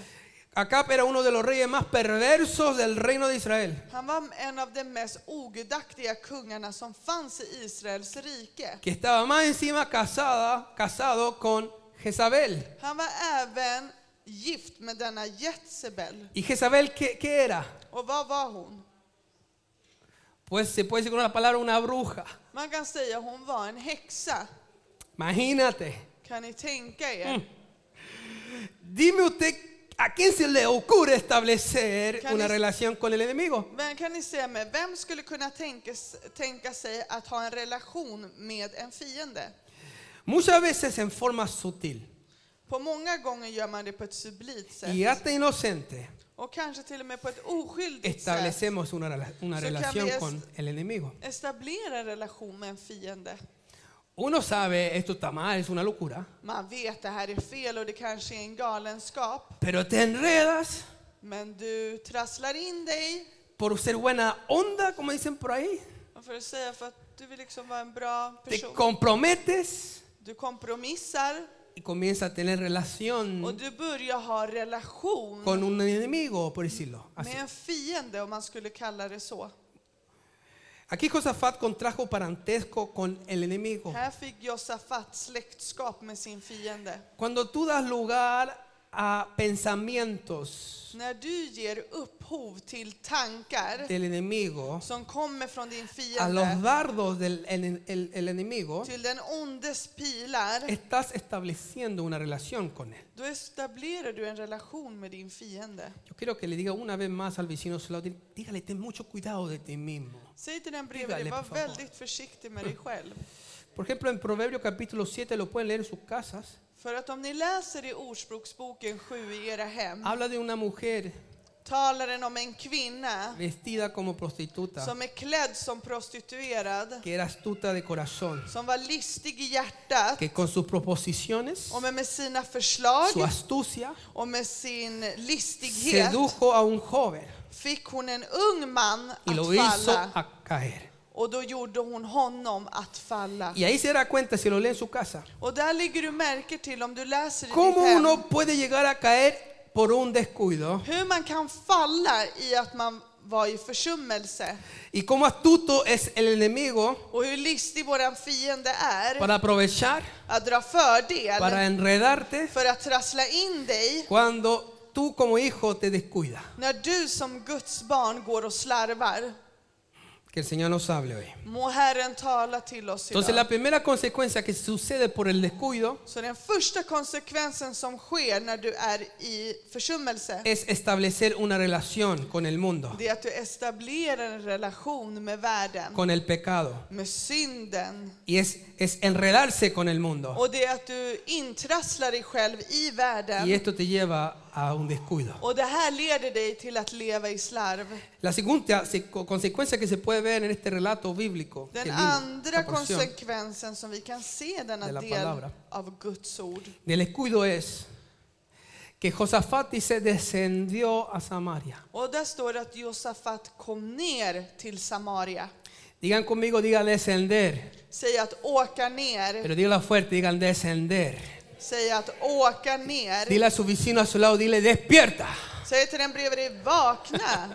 [SPEAKER 1] Acab era uno de los reyes más perversos del reino de Israel,
[SPEAKER 2] Han var en av de mest ogudaktiga kungarna som fanns i Israels rike.
[SPEAKER 1] que estaba más encima casada, casado con Jezabel.
[SPEAKER 2] Han var även gift med denna Jezebel.
[SPEAKER 1] ¿Y Jezabel qué, qué era?
[SPEAKER 2] Och vad var hon?
[SPEAKER 1] Pues se puede decir con una palabra una bruja.
[SPEAKER 2] Man kan säga hon var en häxa.
[SPEAKER 1] Imagínate.
[SPEAKER 2] Kan ni tänka er?
[SPEAKER 1] Dime usted a quién se le ocurre establecer
[SPEAKER 2] Can
[SPEAKER 1] una
[SPEAKER 2] I-
[SPEAKER 1] relación con el enemigo.
[SPEAKER 2] Men kan ni säga mig, vem skulle kunna tänka, tänka sig att ha en relation med en fiende?
[SPEAKER 1] Muchas veces en forma sutil
[SPEAKER 2] På många gånger gör man det på ett sublimt
[SPEAKER 1] y
[SPEAKER 2] sätt.
[SPEAKER 1] hasta inocente
[SPEAKER 2] Och kanske till och med på ett oskyldigt sätt.
[SPEAKER 1] establecemos una, rela- una
[SPEAKER 2] So
[SPEAKER 1] relación
[SPEAKER 2] can we
[SPEAKER 1] con el enemigo.
[SPEAKER 2] Etablera en relation med en fiende.
[SPEAKER 1] Uno sabe, esto está mal, es una locura,
[SPEAKER 2] Man vet det här är fel och det kanske är en galenskap.
[SPEAKER 1] pero te enredas
[SPEAKER 2] Men du trasslar in dig.
[SPEAKER 1] por ser buena onda, como dicen por ahí,
[SPEAKER 2] Och för att säga för att du vill liksom vara en bra
[SPEAKER 1] te
[SPEAKER 2] person.
[SPEAKER 1] comprometes
[SPEAKER 2] Du kompromissar
[SPEAKER 1] y comienza a tener
[SPEAKER 2] och
[SPEAKER 1] relación
[SPEAKER 2] du börjar ha relation
[SPEAKER 1] con un enemigo, por decirlo así.
[SPEAKER 2] med en fiende om man skulle kalla det så.
[SPEAKER 1] Aquí Josafat contrajo parentesco con el enemigo.
[SPEAKER 2] Här fick Josafat släktskap med sin fiende.
[SPEAKER 1] Cuando tú das lugar a pensamientos
[SPEAKER 2] När du ger upphov till tankar
[SPEAKER 1] del enemigo,
[SPEAKER 2] som kommer från din
[SPEAKER 1] a los
[SPEAKER 2] fiende
[SPEAKER 1] dardos del el- el- el enemigo,
[SPEAKER 2] till den ondes pilar,
[SPEAKER 1] estás estableciendo una relación con él.
[SPEAKER 2] då etablerar du en relation med din fiende.
[SPEAKER 1] Yo quiero que le diga una vez más al vecino a su lado, dile, dígale, ten mucho cuidado de ti mismo.
[SPEAKER 2] Säg till den bredvid
[SPEAKER 1] Dígale,
[SPEAKER 2] dig,
[SPEAKER 1] por
[SPEAKER 2] var
[SPEAKER 1] favor.
[SPEAKER 2] väldigt försiktig med dig själv.
[SPEAKER 1] Por ejemplo, en Proverbio capítulo 7, lo pueden leer en sus casas,
[SPEAKER 2] För att om ni läser i Ordspråksboken 7 i era hem,
[SPEAKER 1] habla de una mujer
[SPEAKER 2] talar den om en kvinna
[SPEAKER 1] vestida como prostituta,
[SPEAKER 2] som är klädd som prostituerad,
[SPEAKER 1] que era astuta de corazón,
[SPEAKER 2] som var listig i hjärtat
[SPEAKER 1] que con sus proposiciones,
[SPEAKER 2] och med sina förslag
[SPEAKER 1] su astucia,
[SPEAKER 2] och med sin listighet
[SPEAKER 1] sedujo a un joven.
[SPEAKER 2] fick hon en ung man
[SPEAKER 1] y lo
[SPEAKER 2] att
[SPEAKER 1] hizo
[SPEAKER 2] falla
[SPEAKER 1] a caer.
[SPEAKER 2] och då gjorde hon honom att falla.
[SPEAKER 1] Y ahí se dará cuenta si lo lee en su casa.
[SPEAKER 2] Och där ligger du märke till om du läser i ditt
[SPEAKER 1] ¿Cómo
[SPEAKER 2] hem
[SPEAKER 1] uno puede llegar a caer por un descuido?
[SPEAKER 2] hur man kan falla i att man var i försummelse
[SPEAKER 1] Y cómo astuto es el enemigo
[SPEAKER 2] och hur listig våran fiende är
[SPEAKER 1] para aprovechar,
[SPEAKER 2] att dra fördel
[SPEAKER 1] para enredarte,
[SPEAKER 2] för att trassla in dig
[SPEAKER 1] cuando tú como hijo te descuidas.
[SPEAKER 2] när du som Guds barn går och slarvar.
[SPEAKER 1] Que el Señor nos hable hoy.
[SPEAKER 2] Må Herren tala till oss
[SPEAKER 1] Entonces
[SPEAKER 2] idag.
[SPEAKER 1] la primera consecuencia que sucede por el descuido
[SPEAKER 2] Så den första konsekvensen som sker när du är i försummelse
[SPEAKER 1] es establecer una relación con el mundo,
[SPEAKER 2] det är att du etablerar en relation med världen,
[SPEAKER 1] con el pecado.
[SPEAKER 2] med synden.
[SPEAKER 1] Y es, es enredarse con el mundo.
[SPEAKER 2] Och det är att du intrasslar dig själv i
[SPEAKER 1] Y
[SPEAKER 2] världen.
[SPEAKER 1] esto te lleva a un descuido.
[SPEAKER 2] Och det här leder dig till att leva i slarv.
[SPEAKER 1] La segunda se- co- consecuencia que se puede ver en este relato bíblico, que
[SPEAKER 2] Den
[SPEAKER 1] lindo,
[SPEAKER 2] andra
[SPEAKER 1] esta porción
[SPEAKER 2] konsekvensen som vi kan se i
[SPEAKER 1] De la
[SPEAKER 2] denna del
[SPEAKER 1] palabra.
[SPEAKER 2] av Guds ord,
[SPEAKER 1] del escudo es que Josafat dice descendió a Samaria.
[SPEAKER 2] och där står det att Josafat kom ner till Samaria.
[SPEAKER 1] Digan conmigo, digan descender,
[SPEAKER 2] Säg att åka ner,
[SPEAKER 1] pero dígalo fuerte, digan descender.
[SPEAKER 2] säg att åka ner.
[SPEAKER 1] Dile a su vecino a su lado, dile despierta.
[SPEAKER 2] Säg till den bredvid dig, vakna.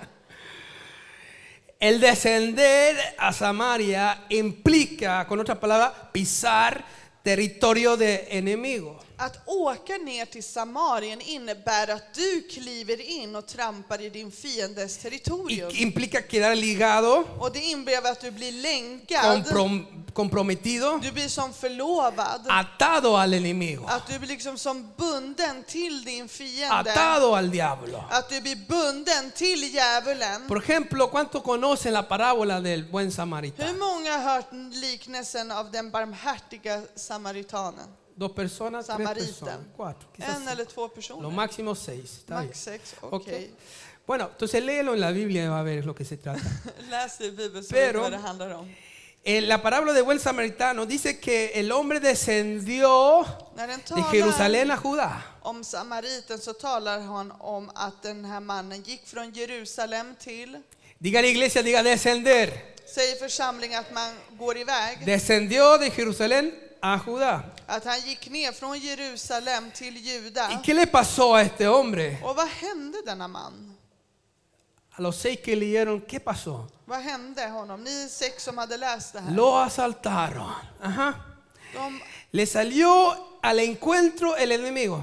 [SPEAKER 1] El descender a Samaria implica, con otra palabra, pisar territorio de enemigo.
[SPEAKER 2] Att åka ner till Samarien innebär att du kliver in och trampar i din fiendes
[SPEAKER 1] Y
[SPEAKER 2] territorium.
[SPEAKER 1] implica quedar ligado,
[SPEAKER 2] Och det innebär att du blir länkad,
[SPEAKER 1] comprom- comprometido.
[SPEAKER 2] du blir som förlovad,
[SPEAKER 1] atado al enemigo,
[SPEAKER 2] att du blir liksom som bunden till din fiende.
[SPEAKER 1] atado al diablo.
[SPEAKER 2] Att du blir bunden till djävulen.
[SPEAKER 1] Por ejemplo, ¿cuántos conocen la parábola del buen samaritano?
[SPEAKER 2] Hur många har hört liknelsen av den barmhärtiga samaritanen?
[SPEAKER 1] Dos personas, tres
[SPEAKER 2] Samarita.
[SPEAKER 1] personas, cuatro, quizás
[SPEAKER 2] En eller
[SPEAKER 1] cinco.
[SPEAKER 2] två
[SPEAKER 1] lo
[SPEAKER 2] personer?
[SPEAKER 1] máximo seis. está
[SPEAKER 2] Max
[SPEAKER 1] bien.
[SPEAKER 2] sex,
[SPEAKER 1] Ok.
[SPEAKER 2] okej.
[SPEAKER 1] Bueno, entonces léelo en la Biblia y va a ver lo que se trata.
[SPEAKER 2] Läs i Bibeln så
[SPEAKER 1] Pero-
[SPEAKER 2] vet du vad det handlar om.
[SPEAKER 1] En Eh, la parábola de buen samaritano dice que el hombre descendió
[SPEAKER 2] När den
[SPEAKER 1] de
[SPEAKER 2] talar
[SPEAKER 1] Jerusalén a Judá.
[SPEAKER 2] om samariten så talar han om att den här mannen gick från Jerusalem till,
[SPEAKER 1] Diga la iglesia, diga descender.
[SPEAKER 2] säger församlingen att man går iväg,
[SPEAKER 1] Descendió de Jerusalén a Judá.
[SPEAKER 2] att han gick ner från Jerusalem till
[SPEAKER 1] ¿Y
[SPEAKER 2] Juda.
[SPEAKER 1] qué le pasó a este hombre?
[SPEAKER 2] Och vad hände denna man?
[SPEAKER 1] A los seis que leyeron, ¿qué pasó?
[SPEAKER 2] Vad hände honom? Ni sex som hade läst det här.
[SPEAKER 1] Lo asaltaron. Ajá.
[SPEAKER 2] De,
[SPEAKER 1] Le salió al encuentro el enemigo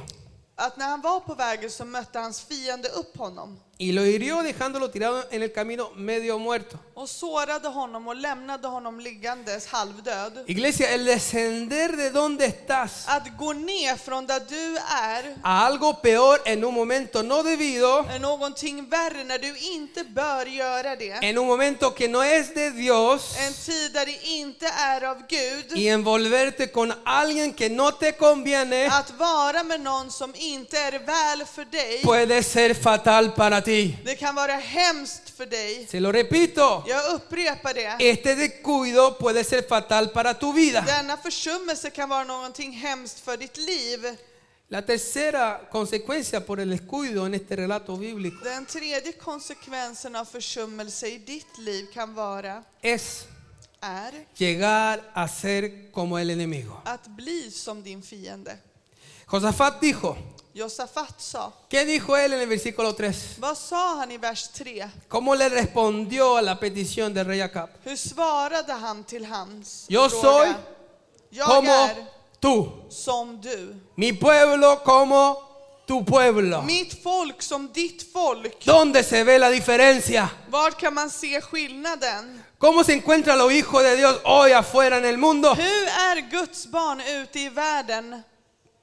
[SPEAKER 2] att när han var på vägen så mötte hans fiende upp honom
[SPEAKER 1] y lo hirió dejándolo tirado en el camino medio muerto.
[SPEAKER 2] och sårade honom och lämnade honom liggandes halvdöd.
[SPEAKER 1] Iglesia, el descender de donde estás
[SPEAKER 2] Att gå ner från där du är
[SPEAKER 1] a algo peor en un momento no debido,
[SPEAKER 2] är någonting värre när du inte bör göra det.
[SPEAKER 1] en un momento que no es de Dios
[SPEAKER 2] En tid där det inte är av Gud.
[SPEAKER 1] y envolverte con alguien que no te conviene
[SPEAKER 2] Att vara med någon som inte är väl för dig,
[SPEAKER 1] puede ser fatal para ti.
[SPEAKER 2] det kan vara hemskt för dig.
[SPEAKER 1] Se lo repito,
[SPEAKER 2] Jag upprepar det.
[SPEAKER 1] este descuido puede ser fatal para tu vida.
[SPEAKER 2] Denna försummelse kan vara någonting hemskt för ditt liv.
[SPEAKER 1] La tercera consecuencia por el descuido en este relato bíblico
[SPEAKER 2] Den tredje konsekvensen av försummelse i ditt liv kan vara,
[SPEAKER 1] es
[SPEAKER 2] är,
[SPEAKER 1] llegar a ser como el enemigo.
[SPEAKER 2] att bli som din fiende.
[SPEAKER 1] Josafat dijo,
[SPEAKER 2] Josafat sa,
[SPEAKER 1] ¿qué dijo él en el versículo 3?
[SPEAKER 2] vad sa han i vers 3?
[SPEAKER 1] ¿Cómo le respondió a la petición del rey Acab?
[SPEAKER 2] Hur svarade han till hans
[SPEAKER 1] Jag
[SPEAKER 2] fråga?
[SPEAKER 1] soy
[SPEAKER 2] Jag
[SPEAKER 1] Como
[SPEAKER 2] är
[SPEAKER 1] tú,
[SPEAKER 2] som du.
[SPEAKER 1] mi pueblo como tu pueblo.
[SPEAKER 2] Mitt folk som ditt folk.
[SPEAKER 1] ¿Dónde se ve la diferencia?
[SPEAKER 2] Var kan man se skillnaden?
[SPEAKER 1] ¿Cómo se encuentran los hijos de Dios hoy afuera en el mundo?
[SPEAKER 2] Hur är Guds barn ute i världen?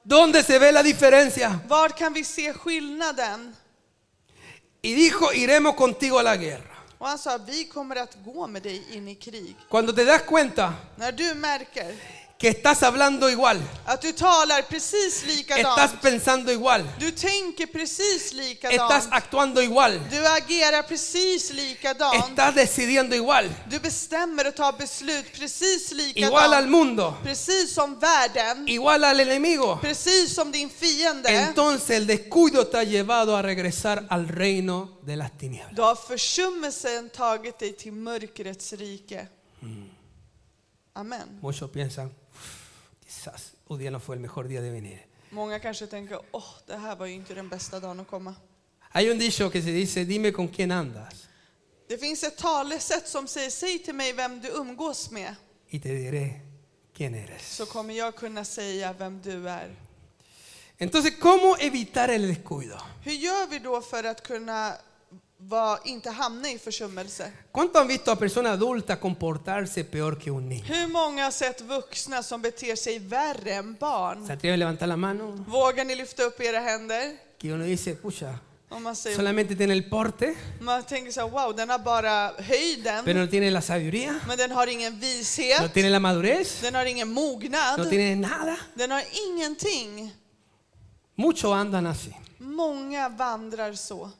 [SPEAKER 1] ¿Dónde se ve la diferencia?
[SPEAKER 2] Var kan vi se skillnaden?
[SPEAKER 1] Y dijo, iremos contigo a la guerra.
[SPEAKER 2] Och han sa, vi kommer att gå med dig in i krig.
[SPEAKER 1] Cuando te das cuenta
[SPEAKER 2] När du märker
[SPEAKER 1] que estás hablando igual,
[SPEAKER 2] att du talar precis
[SPEAKER 1] estás
[SPEAKER 2] likadant,
[SPEAKER 1] pensando igual,
[SPEAKER 2] du tänker precis
[SPEAKER 1] estás
[SPEAKER 2] likadant,
[SPEAKER 1] actuando igual,
[SPEAKER 2] du agerar precis likadant,
[SPEAKER 1] estás decidiendo igual,
[SPEAKER 2] du bestämmer och tar beslut precis
[SPEAKER 1] igual
[SPEAKER 2] likadant,
[SPEAKER 1] al mundo,
[SPEAKER 2] precis som världen,
[SPEAKER 1] igual al enemigo,
[SPEAKER 2] precis som din fiende,
[SPEAKER 1] entonces el descuido te ha llevado a regresar al reino de las tinieblas.
[SPEAKER 2] då har försummelsen tagit dig till mörkrets rike. Amen.
[SPEAKER 1] Muchos piensan, "Uf, quizás un día no fue el mejor día de venir.
[SPEAKER 2] Många kanske tänker, åh, det här var ju inte den bästa dagen att komma.
[SPEAKER 1] Hay un dicho que se dice, dime con quién andas
[SPEAKER 2] Det finns ett talesätt som säger, säg till mig vem du umgås med,
[SPEAKER 1] y te diré quién eres.
[SPEAKER 2] så kommer jag kunna säga vem du är.
[SPEAKER 1] Entonces, ¿cómo evitar el descuido?
[SPEAKER 2] Hur gör vi då för att kunna vara, inte hamna i försummelse?
[SPEAKER 1] ¿Cuánto han visto a personas adultas comportarse peor que un niño?
[SPEAKER 2] Hur många har sett vuxna som beter sig värre än
[SPEAKER 1] ¿Se
[SPEAKER 2] barn?
[SPEAKER 1] atreve a levantar la mano?
[SPEAKER 2] Vågar ni lyfta upp era händer?
[SPEAKER 1] Que uno dice, pucha,
[SPEAKER 2] Om man, säger,
[SPEAKER 1] solamente tiene el porte,
[SPEAKER 2] man tänker så här, wow, den har bara
[SPEAKER 1] pero
[SPEAKER 2] höjden,
[SPEAKER 1] no tiene la sabiduría,
[SPEAKER 2] men den har ingen
[SPEAKER 1] no
[SPEAKER 2] vishet,
[SPEAKER 1] tiene la madurez,
[SPEAKER 2] den har ingen
[SPEAKER 1] no
[SPEAKER 2] mognad,
[SPEAKER 1] tiene nada.
[SPEAKER 2] den har ingenting.
[SPEAKER 1] Muchos andan así.
[SPEAKER 2] Många vandrar så,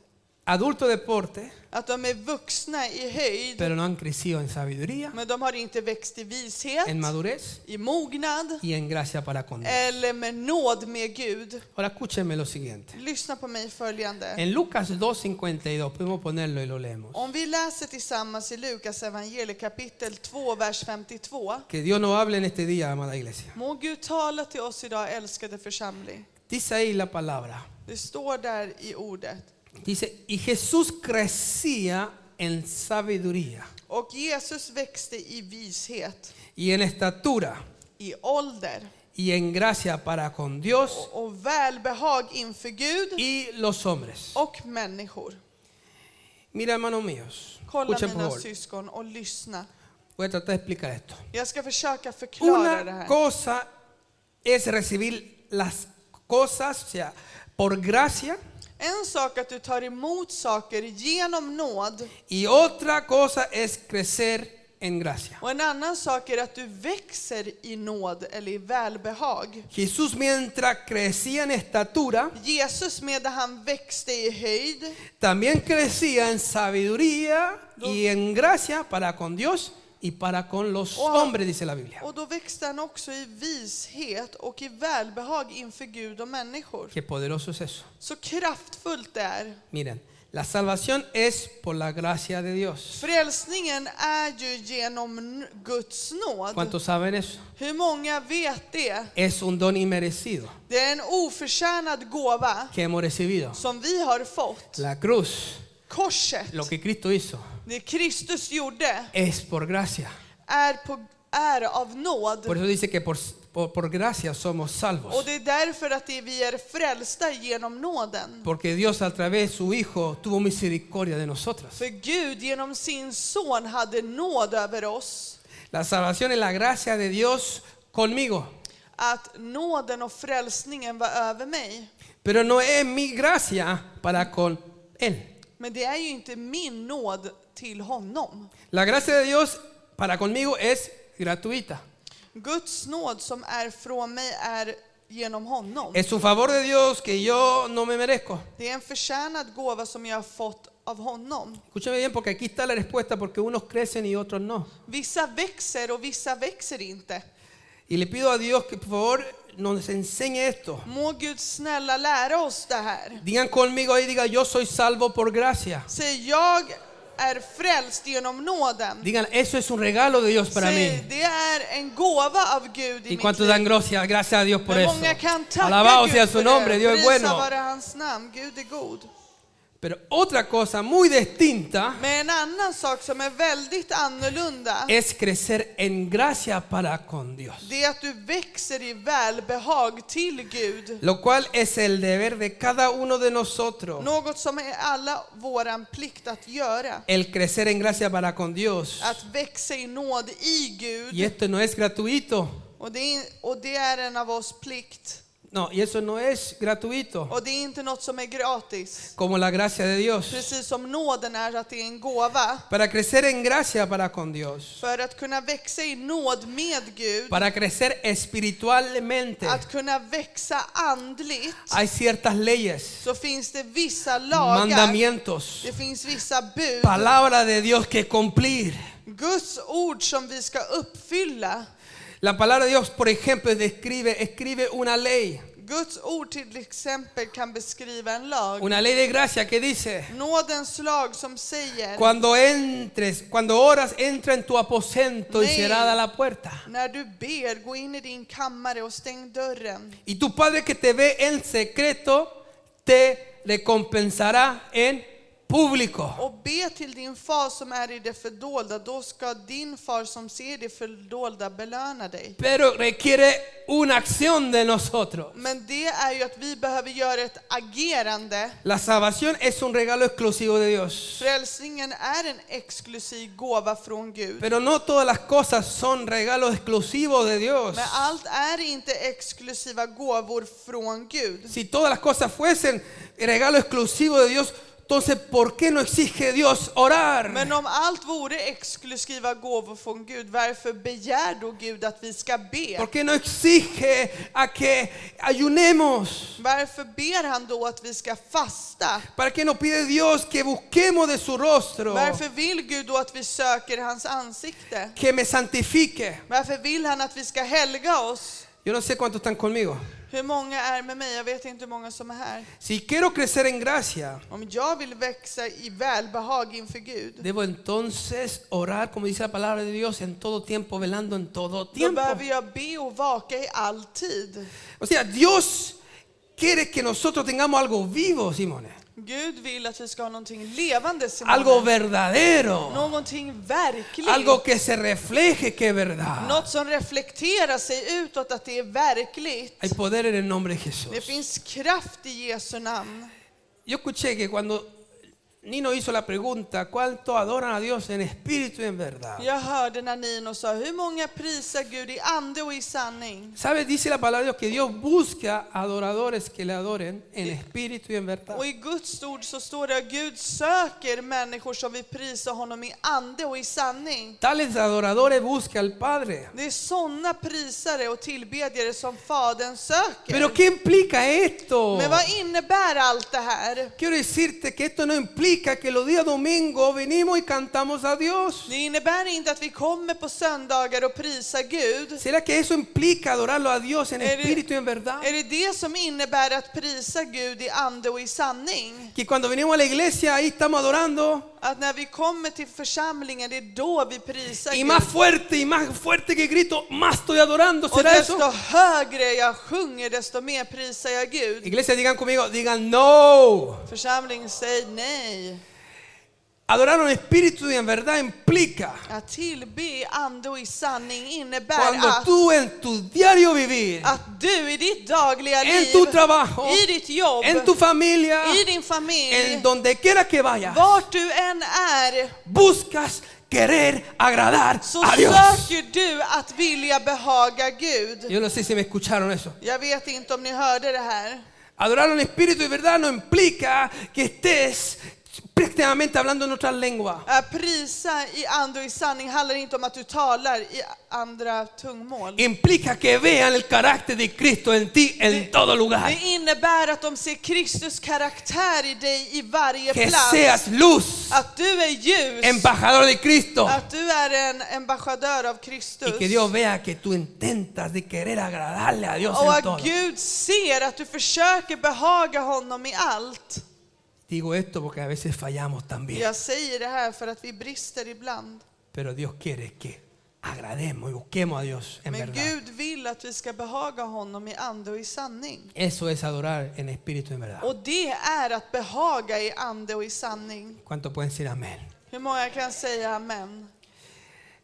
[SPEAKER 1] Adultos de porte,
[SPEAKER 2] att de är vuxna i höjd,
[SPEAKER 1] pero no han crecido en sabiduría,
[SPEAKER 2] Men de har inte växt i vishet,
[SPEAKER 1] en madurez
[SPEAKER 2] i mognad
[SPEAKER 1] y en gracia para con Dios.
[SPEAKER 2] eller med nåd med Gud.
[SPEAKER 1] Ahora escúchenme lo siguiente.
[SPEAKER 2] Lyssna på mig följande.
[SPEAKER 1] En Lucas 2.52, podemos ponerlo y lo leemos.
[SPEAKER 2] Om vi läser tillsammans i Lukas evangelium kapitel 2, vers 52.
[SPEAKER 1] Que Dios nos hable en este día, amada iglesia.
[SPEAKER 2] Må Gud tala till oss idag, älskade församling.
[SPEAKER 1] Dice ahí la palabra.
[SPEAKER 2] Det står där i ordet.
[SPEAKER 1] Dice, y Jesús crecía en sabiduría
[SPEAKER 2] Och Jesus växte i vishet,
[SPEAKER 1] y en estatura
[SPEAKER 2] i ålder
[SPEAKER 1] y en gracia para con Dios
[SPEAKER 2] och, och välbehag inför Gud
[SPEAKER 1] y los hombres.
[SPEAKER 2] och människor.
[SPEAKER 1] Mira, hermanos míos,
[SPEAKER 2] Kolla
[SPEAKER 1] escuchen por
[SPEAKER 2] mina
[SPEAKER 1] favor.
[SPEAKER 2] syskon och lyssna.
[SPEAKER 1] Voy a tratar de explicar esto.
[SPEAKER 2] Jag ska försöka förklara det
[SPEAKER 1] Una
[SPEAKER 2] här.
[SPEAKER 1] cosa es recibir las cosas, o sea, por gracia,
[SPEAKER 2] En sak att du tar emot saker genom nåd
[SPEAKER 1] y otra cosa es crecer en gracia.
[SPEAKER 2] Och en annan sak är att du växer i nåd eller i välbehag.
[SPEAKER 1] Jesús mientras crecía en estatura,
[SPEAKER 2] Jesus medan han växte i höjd
[SPEAKER 1] también crecía en sabiduría y en gracia para con Dios y para con los hombres, dice la Biblia.
[SPEAKER 2] och då växte han också i vishet och i välbehag inför Gud och människor.
[SPEAKER 1] Qué poderoso es eso.
[SPEAKER 2] Så kraftfullt det är.
[SPEAKER 1] Miren, la salvación es por la gracia de Dios.
[SPEAKER 2] Frälsningen är ju genom n- Guds nåd.
[SPEAKER 1] ¿Cuántos saben eso?
[SPEAKER 2] Hur många vet det?
[SPEAKER 1] Es un don inmerecido
[SPEAKER 2] Det är en oförtjänad gåva
[SPEAKER 1] que hemos recibido.
[SPEAKER 2] som vi har fått.
[SPEAKER 1] La cruz,
[SPEAKER 2] Korset,
[SPEAKER 1] lo que Cristo hizo,
[SPEAKER 2] det Kristus gjorde,
[SPEAKER 1] es por gracia.
[SPEAKER 2] är, på, är av
[SPEAKER 1] Por
[SPEAKER 2] nåd.
[SPEAKER 1] eso dice que por, por- por gracia somos
[SPEAKER 2] Och
[SPEAKER 1] salvos.
[SPEAKER 2] det är därför att det vi är frälsta genom nåden.
[SPEAKER 1] Porque Dios a través de su Hijo tuvo misericordia de nosotros.
[SPEAKER 2] För Gud genom sin son hade nåd över oss.
[SPEAKER 1] La salvación es la gracia de Dios conmigo.
[SPEAKER 2] Att nåden och frälsningen var över mig.
[SPEAKER 1] Pero no es mi gracia para con Él.
[SPEAKER 2] Men det är ju inte min nåd till honom.
[SPEAKER 1] La gracia de Dios para conmigo es gratuita.
[SPEAKER 2] Guds nåd som är från mig är genom honom.
[SPEAKER 1] Es un favor de Dios que yo no me merezco.
[SPEAKER 2] Det är en förtjänad gåva som jag har fått av honom.
[SPEAKER 1] Escúchame bien porque aquí está la respuesta porque unos crecen y otros no.
[SPEAKER 2] Vissa växer och vissa växer inte.
[SPEAKER 1] Y le pido a Dios que por favor nos enseñe esto.
[SPEAKER 2] Må Gud snälla lära oss det här.
[SPEAKER 1] Digan conmigo ahí, diga yo soy salvo por gracia.
[SPEAKER 2] Säg jag är frälst genom nåden.
[SPEAKER 1] Digan, eso es un regalo de Dios para
[SPEAKER 2] Säg
[SPEAKER 1] mí.
[SPEAKER 2] det är en gåva av Gud
[SPEAKER 1] ¿Y
[SPEAKER 2] i mitt
[SPEAKER 1] cuántos
[SPEAKER 2] liv.
[SPEAKER 1] dan gracias? Gracias a Dios por
[SPEAKER 2] Men
[SPEAKER 1] eso.
[SPEAKER 2] många kan tacka
[SPEAKER 1] Alabado sea
[SPEAKER 2] Gud
[SPEAKER 1] su
[SPEAKER 2] för
[SPEAKER 1] nombre,
[SPEAKER 2] det.
[SPEAKER 1] Dios es
[SPEAKER 2] Prisa
[SPEAKER 1] bueno.
[SPEAKER 2] vare hans namn, Gud är god.
[SPEAKER 1] Pero otra cosa muy distinta
[SPEAKER 2] Men en annan sak som är väldigt annorlunda,
[SPEAKER 1] es crecer en gracia para con Dios.
[SPEAKER 2] det är att du växer i välbehag till Gud.
[SPEAKER 1] Lo cual es el deber de cada uno de nosotros.
[SPEAKER 2] Något som är alla våran plikt att göra.
[SPEAKER 1] El crecer en gracia para con Dios.
[SPEAKER 2] Att växa i nåd i
[SPEAKER 1] Y
[SPEAKER 2] Gud.
[SPEAKER 1] esto no es gratuito.
[SPEAKER 2] Och det, är, och det är en av oss plikt.
[SPEAKER 1] No, y eso no es gratuito.
[SPEAKER 2] Och det är inte något som är gratis.
[SPEAKER 1] Como la gracia de Dios.
[SPEAKER 2] Precis som nåden är att det är en gåva.
[SPEAKER 1] Para crecer en gracia para con Dios.
[SPEAKER 2] För att kunna växa i nåd med Gud,
[SPEAKER 1] Para crecer espiritualmente.
[SPEAKER 2] att kunna växa andligt,
[SPEAKER 1] Hay ciertas leyes,
[SPEAKER 2] så finns det vissa lagar.
[SPEAKER 1] mandamientos,
[SPEAKER 2] Det finns vissa bud.
[SPEAKER 1] palabra de Dios que cumplir.
[SPEAKER 2] Guds ord som vi ska uppfylla.
[SPEAKER 1] La palabra de Dios, por ejemplo, describe, escribe una ley,
[SPEAKER 2] Guds ord till exempel kan beskriva en lag.
[SPEAKER 1] una ley de gracia que dice,
[SPEAKER 2] Nådens lag som säger
[SPEAKER 1] cuando entres, cuando oras, entra en tu aposento y
[SPEAKER 2] Sí.
[SPEAKER 1] cerrada la puerta.
[SPEAKER 2] När du ber, gå in i din kammare och stäng dörren.
[SPEAKER 1] Y tu Padre que te ve en secreto, te recompensará en público.
[SPEAKER 2] Och be till din far som är i det fördolda, då ska din far som ser det fördolda belöna dig.
[SPEAKER 1] Pero requiere una acción de nosotros.
[SPEAKER 2] Men det är ju att vi behöver göra ett agerande.
[SPEAKER 1] La salvación es un regalo exclusivo de Dios.
[SPEAKER 2] Frälsningen är en exklusiv gåva från Gud.
[SPEAKER 1] Pero no todas las cosas son regalos exclusivos de Dios.
[SPEAKER 2] Men allt är inte exklusiva gåvor från Gud.
[SPEAKER 1] Si todas las cosas fuesen regalo exclusivo de Dios, entonces ¿por qué no exige Dios orar?
[SPEAKER 2] Men om allt vore exklusiva gåvor från Gud, varför begär då Gud att vi ska be?
[SPEAKER 1] ¿Por qué no exige a que ayunemos?
[SPEAKER 2] Varför ber han då att vi ska fasta?
[SPEAKER 1] ¿Para qué nos pide Dios que busquemos de su rostro?
[SPEAKER 2] Varför vill Gud då att vi söker hans ansikte?
[SPEAKER 1] Que me santifique.
[SPEAKER 2] Varför vill han att vi ska helga oss?
[SPEAKER 1] Yo no sé cuántos están conmigo.
[SPEAKER 2] Hur många är med mig? Jag vet inte hur många som är här.
[SPEAKER 1] Si quiero crecer en gracia,
[SPEAKER 2] Om jag vill växa i välbehag inför Gud,
[SPEAKER 1] debo entonces orar, como dice la palabra de Dios, en todo tiempo, velando en todo
[SPEAKER 2] då
[SPEAKER 1] tiempo.
[SPEAKER 2] behöver jag be och vaka i all tid.
[SPEAKER 1] O sea, Dios quiere que nosotros tengamos algo vivo, Simone.
[SPEAKER 2] Gud vill att vi ska ha någonting levande,
[SPEAKER 1] Algo
[SPEAKER 2] Simone.
[SPEAKER 1] verdadero.
[SPEAKER 2] Någonting verkligt.
[SPEAKER 1] Algo que se refleje que es verdad.
[SPEAKER 2] Något som reflekterar sig utåt att det är verkligt.
[SPEAKER 1] Hay poder en el nombre de Jesús.
[SPEAKER 2] Det finns kraft i Jesu namn.
[SPEAKER 1] Yo escuché que cuando Nino hizo la pregunta, ¿cuánto adoran a Dios en espíritu y en verdad?
[SPEAKER 2] Jag hörde när Nino sa, hur många prisar Gud i ande och i sanning?
[SPEAKER 1] ¿Sabe? Dice la palabra de Dios que Dios busca adoradores que le adoren en espíritu y en verdad.
[SPEAKER 2] Och i Guds ord så står det att Gud söker människor som vill prisa honom i ande och i sanning.
[SPEAKER 1] Tales adoradores busca al Padre.
[SPEAKER 2] Det är sådana prisare och tillbedjare som Fadern söker.
[SPEAKER 1] Pero ¿qué implica esto?
[SPEAKER 2] Men vad innebär allt det här?
[SPEAKER 1] Quiero decirte que esto no implica que los días domingo venimos y cantamos a Dios.
[SPEAKER 2] Det innebär inte att vi kommer på söndagar och prisar Gud.
[SPEAKER 1] ¿Será que eso implica adorarlo a Dios en
[SPEAKER 2] Eres-
[SPEAKER 1] espíritu y en verdad?
[SPEAKER 2] Är det det som innebär att prisa Gud i ande och i sanning?
[SPEAKER 1] Que cuando venimos a la iglesia ahí estamos adorando
[SPEAKER 2] Att när vi kommer till församlingen, det är då vi prisar
[SPEAKER 1] y
[SPEAKER 2] Gud.
[SPEAKER 1] más fuerte y más fuerte que grito, más estoy adorando.
[SPEAKER 2] Och
[SPEAKER 1] ¿Será
[SPEAKER 2] desto
[SPEAKER 1] eso?
[SPEAKER 2] högre jag sjunger, desto mer prisar jag Gud.
[SPEAKER 1] Iglesia, digan conmigo, digan no.
[SPEAKER 2] Församlingen säger nej.
[SPEAKER 1] Adorar en espíritu y en verdad implica
[SPEAKER 2] Att tillbe i ande och i sanning innebär
[SPEAKER 1] cuando
[SPEAKER 2] att,
[SPEAKER 1] tú en tu diario vivir,
[SPEAKER 2] att du i ditt dagliga
[SPEAKER 1] en
[SPEAKER 2] liv,
[SPEAKER 1] tu trabajo,
[SPEAKER 2] i ditt jobb,
[SPEAKER 1] en tu familia,
[SPEAKER 2] i din familj,
[SPEAKER 1] en donde quiera que vayas,
[SPEAKER 2] vart du än är,
[SPEAKER 1] buscas querer agradar
[SPEAKER 2] så
[SPEAKER 1] a Dios.
[SPEAKER 2] söker du att vilja behaga Gud.
[SPEAKER 1] Yo no sé si me escucharon eso.
[SPEAKER 2] Jag vet inte om ni hörde det här.
[SPEAKER 1] Adorar en espíritu y verdad no implica que estés prácticamente hablando en otras lenguas.
[SPEAKER 2] Att Äh, prisa i ande och i sanning handlar inte om att du talar i andra tungmål.
[SPEAKER 1] Implica que vean el carácter de Cristo en ti en todo lugar.
[SPEAKER 2] Det innebär att de ser Kristus karaktär i dig i varje
[SPEAKER 1] Que
[SPEAKER 2] plats.
[SPEAKER 1] seas luz,
[SPEAKER 2] Att du är ljus.
[SPEAKER 1] embajador de Cristo.
[SPEAKER 2] Att du är en ambassadör av Kristus.
[SPEAKER 1] Y que Dios vea que tú intentas de querer agradarle a Dios
[SPEAKER 2] Och
[SPEAKER 1] en
[SPEAKER 2] att
[SPEAKER 1] todo.
[SPEAKER 2] Gud ser att du försöker behaga honom i allt.
[SPEAKER 1] Digo esto porque a veces fallamos también.
[SPEAKER 2] Jag säger det här för att vi brister ibland.
[SPEAKER 1] Pero Dios quiere que agrademos y busquemos a Dios en
[SPEAKER 2] Men
[SPEAKER 1] verdad.
[SPEAKER 2] Gud vill att vi ska behaga honom i ande och i sanning.
[SPEAKER 1] Eso es adorar en espíritu y en verdad.
[SPEAKER 2] Och det är att behaga i ande och i sanning.
[SPEAKER 1] ¿Cuánto pueden decir amén?
[SPEAKER 2] Hur många kan säga amen?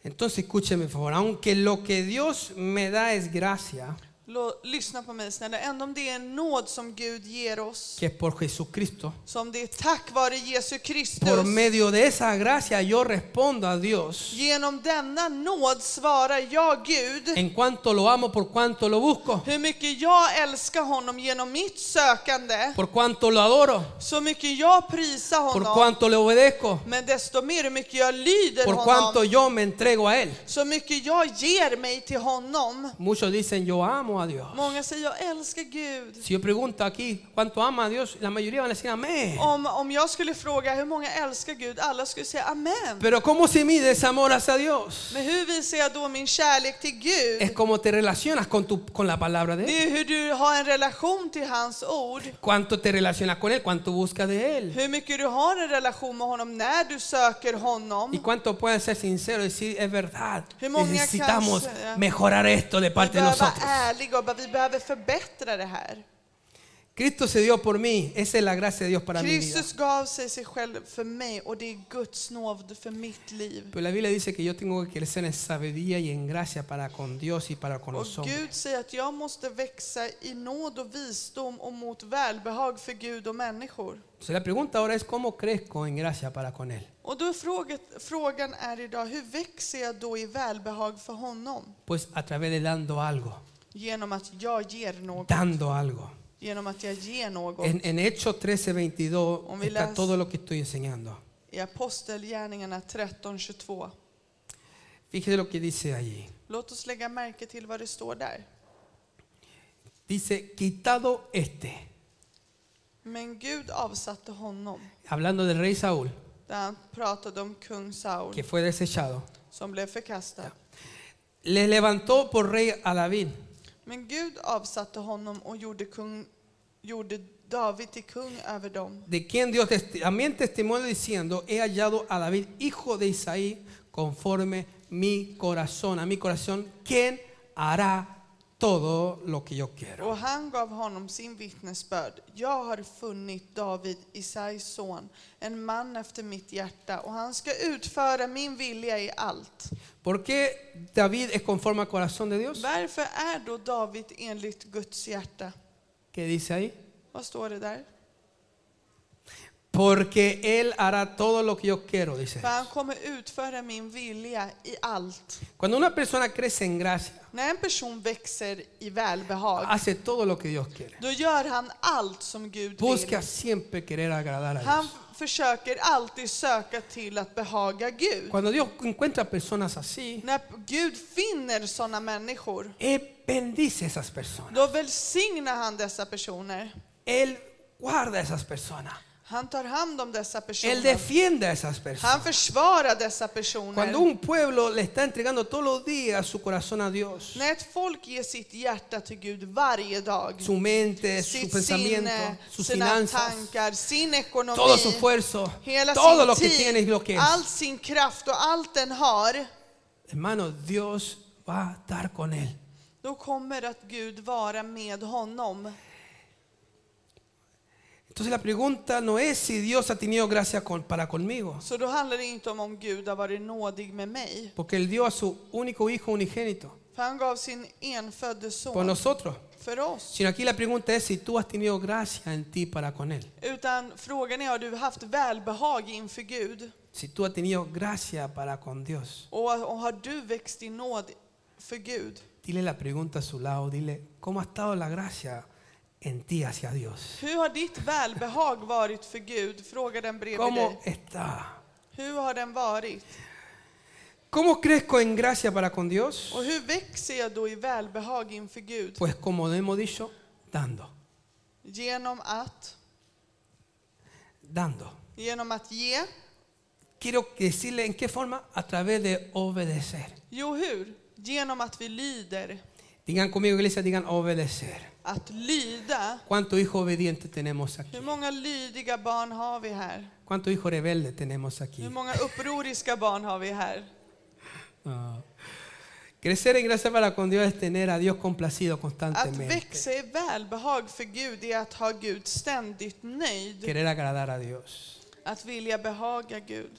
[SPEAKER 1] Entonces escúcheme, por favor. Aunque lo que Dios me da es gracia,
[SPEAKER 2] Lå- Lyssna på mig snälla. Ändå om det är en nåd som Gud ger oss,
[SPEAKER 1] que es por Jesucristo,
[SPEAKER 2] som det är tack vare Jesu
[SPEAKER 1] por
[SPEAKER 2] Kristus.
[SPEAKER 1] medio de esa gracia yo respondo a Dios.
[SPEAKER 2] Genom denna nåd svarar jag Gud
[SPEAKER 1] En cuanto lo amo, por cuanto lo busco,
[SPEAKER 2] hur mycket jag älskar honom genom mitt sökande,
[SPEAKER 1] por cuanto lo adoro,
[SPEAKER 2] så mycket jag prisar
[SPEAKER 1] por
[SPEAKER 2] honom,
[SPEAKER 1] cuanto le obedezco,
[SPEAKER 2] men desto mer hur mycket jag lyder
[SPEAKER 1] por cuanto
[SPEAKER 2] honom,
[SPEAKER 1] yo me entrego a Él.
[SPEAKER 2] så mycket jag ger mig till honom.
[SPEAKER 1] Muchos dicen yo amo a Dios.
[SPEAKER 2] Många säger jag älskar Gud.
[SPEAKER 1] Si yo pregunto aquí cuánto ama a Dios, la mayoría van a decir amén.
[SPEAKER 2] Om, om jag skulle fråga hur många älskar Gud, alla skulle säga amen.
[SPEAKER 1] Pero ¿cómo se mide ese amor hacia Dios?
[SPEAKER 2] Men hur visar jag då min kärlek till
[SPEAKER 1] Es
[SPEAKER 2] Gud?
[SPEAKER 1] como te relacionas con, tu, con la palabra de Él.
[SPEAKER 2] Det är hur du har en relation till hans ord.
[SPEAKER 1] ¿Cuánto te relacionas con Él? ¿Cuánto buscas de Él?
[SPEAKER 2] Hur mycket du har en relation med honom när du söker
[SPEAKER 1] ¿Y
[SPEAKER 2] honom.
[SPEAKER 1] cuánto pueden ser sinceros y decir, es verdad,
[SPEAKER 2] Hur många
[SPEAKER 1] necesitamos
[SPEAKER 2] kanske, ja.
[SPEAKER 1] mejorar esto de
[SPEAKER 2] Vi
[SPEAKER 1] parte de
[SPEAKER 2] behöver vara
[SPEAKER 1] nosotros?
[SPEAKER 2] ärliga och bara, vi behöver förbättra det här.
[SPEAKER 1] Cristo se dio por mí, esa es la gracia de Dios para mi vida.
[SPEAKER 2] Kristus gav sig sig själv för mig och det är Guds nåd för mitt liv.
[SPEAKER 1] Pero la Biblia dice que yo tengo que crecer en sabiduría y en gracia para con Dios y para con los
[SPEAKER 2] Och
[SPEAKER 1] hombres.
[SPEAKER 2] Gud säger att jag måste växa i nåd och visdom och mot välbehag för Gud och människor.
[SPEAKER 1] Entonces la pregunta ahora es, ¿cómo crezco en gracia para con Él?
[SPEAKER 2] Och då är fråget, frågan är idag, hur växer jag då i välbehag för honom?
[SPEAKER 1] Pues a través de dando algo,
[SPEAKER 2] Genom att jag ger något.
[SPEAKER 1] dando algo.
[SPEAKER 2] Genom att jag ger något.
[SPEAKER 1] En, en Hechos 13, 22
[SPEAKER 2] Un
[SPEAKER 1] está
[SPEAKER 2] vilas-
[SPEAKER 1] todo lo que estoy enseñando.
[SPEAKER 2] I Apostelgärningarna 13.22.
[SPEAKER 1] Fíjese lo que dice allí.
[SPEAKER 2] Låt oss lägga märke till vad det står där.
[SPEAKER 1] Dice, quitado este,
[SPEAKER 2] Men Gud avsatte honom,
[SPEAKER 1] hablando del rey Saúl,
[SPEAKER 2] där han pratade om kung Saul
[SPEAKER 1] que fue desechado,
[SPEAKER 2] som blev förkastad.
[SPEAKER 1] le levantó por rey a David,
[SPEAKER 2] Men Gud avsatte honom och gjorde, kung, gjorde David till kung över dem.
[SPEAKER 1] de quien Dios testi- también testimonio diciendo, he hallado a David, hijo de Isaí, conforme mi corazón, a mi corazón, quien hará todo lo que yo quiero.
[SPEAKER 2] Och han gav honom sin vittnesbörd. Jag har funnit David, Isais son, en man efter mitt hjärta och han ska utföra min vilja i allt.
[SPEAKER 1] ¿Por qué David es conforme al corazón de Dios?
[SPEAKER 2] Varför är då David enligt Guds hjärta?
[SPEAKER 1] ¿Qué dice ahí?
[SPEAKER 2] Vad står det där?
[SPEAKER 1] Porque Él hará todo lo que yo quiero, dice.
[SPEAKER 2] För han kommer utföra min vilja i allt.
[SPEAKER 1] Cuando una persona crece en gracia,
[SPEAKER 2] När en person växer i välbehag,
[SPEAKER 1] hace todo lo que Dios quiere.
[SPEAKER 2] då gör han allt som Gud vill.
[SPEAKER 1] Busca siempre querer agradar a
[SPEAKER 2] Han
[SPEAKER 1] Dios.
[SPEAKER 2] försöker alltid söka till att behaga Gud.
[SPEAKER 1] Cuando Dios encuentra personas así,
[SPEAKER 2] När Gud finner sådana människor,
[SPEAKER 1] Él bendice esas personas.
[SPEAKER 2] då välsignar han dessa personer.
[SPEAKER 1] Él guarda a esas personas.
[SPEAKER 2] Han tar hand om dessa
[SPEAKER 1] Él
[SPEAKER 2] personer.
[SPEAKER 1] defiende a esas personas.
[SPEAKER 2] Han försvarar dessa
[SPEAKER 1] Cuando
[SPEAKER 2] personer.
[SPEAKER 1] un pueblo le está entregando todos los días su corazón a Dios,
[SPEAKER 2] När ett folk ger sitt hjärta till Gud varje dag,
[SPEAKER 1] su mente, su
[SPEAKER 2] sitt sinne,
[SPEAKER 1] pensamiento, sus
[SPEAKER 2] sina
[SPEAKER 1] finanzas,
[SPEAKER 2] tankar, sin
[SPEAKER 1] todo su
[SPEAKER 2] ekonomi,
[SPEAKER 1] esfuerzo,
[SPEAKER 2] hela
[SPEAKER 1] todo lo
[SPEAKER 2] sin
[SPEAKER 1] que tiene y lo
[SPEAKER 2] tid,
[SPEAKER 1] que es.
[SPEAKER 2] all sin kraft och allt den har,
[SPEAKER 1] Hermano, Dios va a estar con él.
[SPEAKER 2] då kommer att Gud vara med honom.
[SPEAKER 1] Entonces la pregunta no es si Dios ha tenido gracia con- para conmigo,
[SPEAKER 2] Så då handlar det inte om om Gud har varit nådig med mig.
[SPEAKER 1] porque Él dio a su único hijo unigénito
[SPEAKER 2] För han gav sin enfödde
[SPEAKER 1] por
[SPEAKER 2] son
[SPEAKER 1] nosotros.
[SPEAKER 2] för oss.
[SPEAKER 1] Sino aquí la pregunta es si tú has tenido gracia en ti para con Él.
[SPEAKER 2] Utan frågan är, har du haft välbehag inför Gud?
[SPEAKER 1] Si tú has tenido gracia para con Dios.
[SPEAKER 2] Och, och har du växt i nåd för Gud?
[SPEAKER 1] Dile la pregunta a su lado, dile, ¿cómo ha estado la gracia en ti hacia Dios?
[SPEAKER 2] Hur har ditt välbehag varit för Gud? Fråga den bredvid
[SPEAKER 1] ¿Cómo
[SPEAKER 2] dig.
[SPEAKER 1] está?
[SPEAKER 2] Hur har den varit?
[SPEAKER 1] ¿Cómo crezco en gracia para con Dios?
[SPEAKER 2] Och hur växer jag då i välbehag inför Gud?
[SPEAKER 1] Pues como hemos dicho, dando,
[SPEAKER 2] Genom att,
[SPEAKER 1] dando.
[SPEAKER 2] genom att ge.
[SPEAKER 1] Quiero decirle en qué forma, a través de obedecer.
[SPEAKER 2] Jo, hur? Genom att vi lyder.
[SPEAKER 1] Digan conmigo, iglesia, digan obedecer.
[SPEAKER 2] Att lyda.
[SPEAKER 1] ¿Cuánto hijo obediente tenemos
[SPEAKER 2] Hur
[SPEAKER 1] aquí?
[SPEAKER 2] många lydiga barn har vi här?
[SPEAKER 1] ¿Cuánto hijo rebelde tenemos
[SPEAKER 2] Hur
[SPEAKER 1] aquí?
[SPEAKER 2] många upproriska barn har vi här?
[SPEAKER 1] Ah. Crecer en gracia para con Dios es tener a Dios complacido
[SPEAKER 2] Att
[SPEAKER 1] constantemente.
[SPEAKER 2] växa i välbehag för Gud är att ha Gud ständigt nöjd.
[SPEAKER 1] Querer agradar a Dios.
[SPEAKER 2] Att vilja behaga Gud.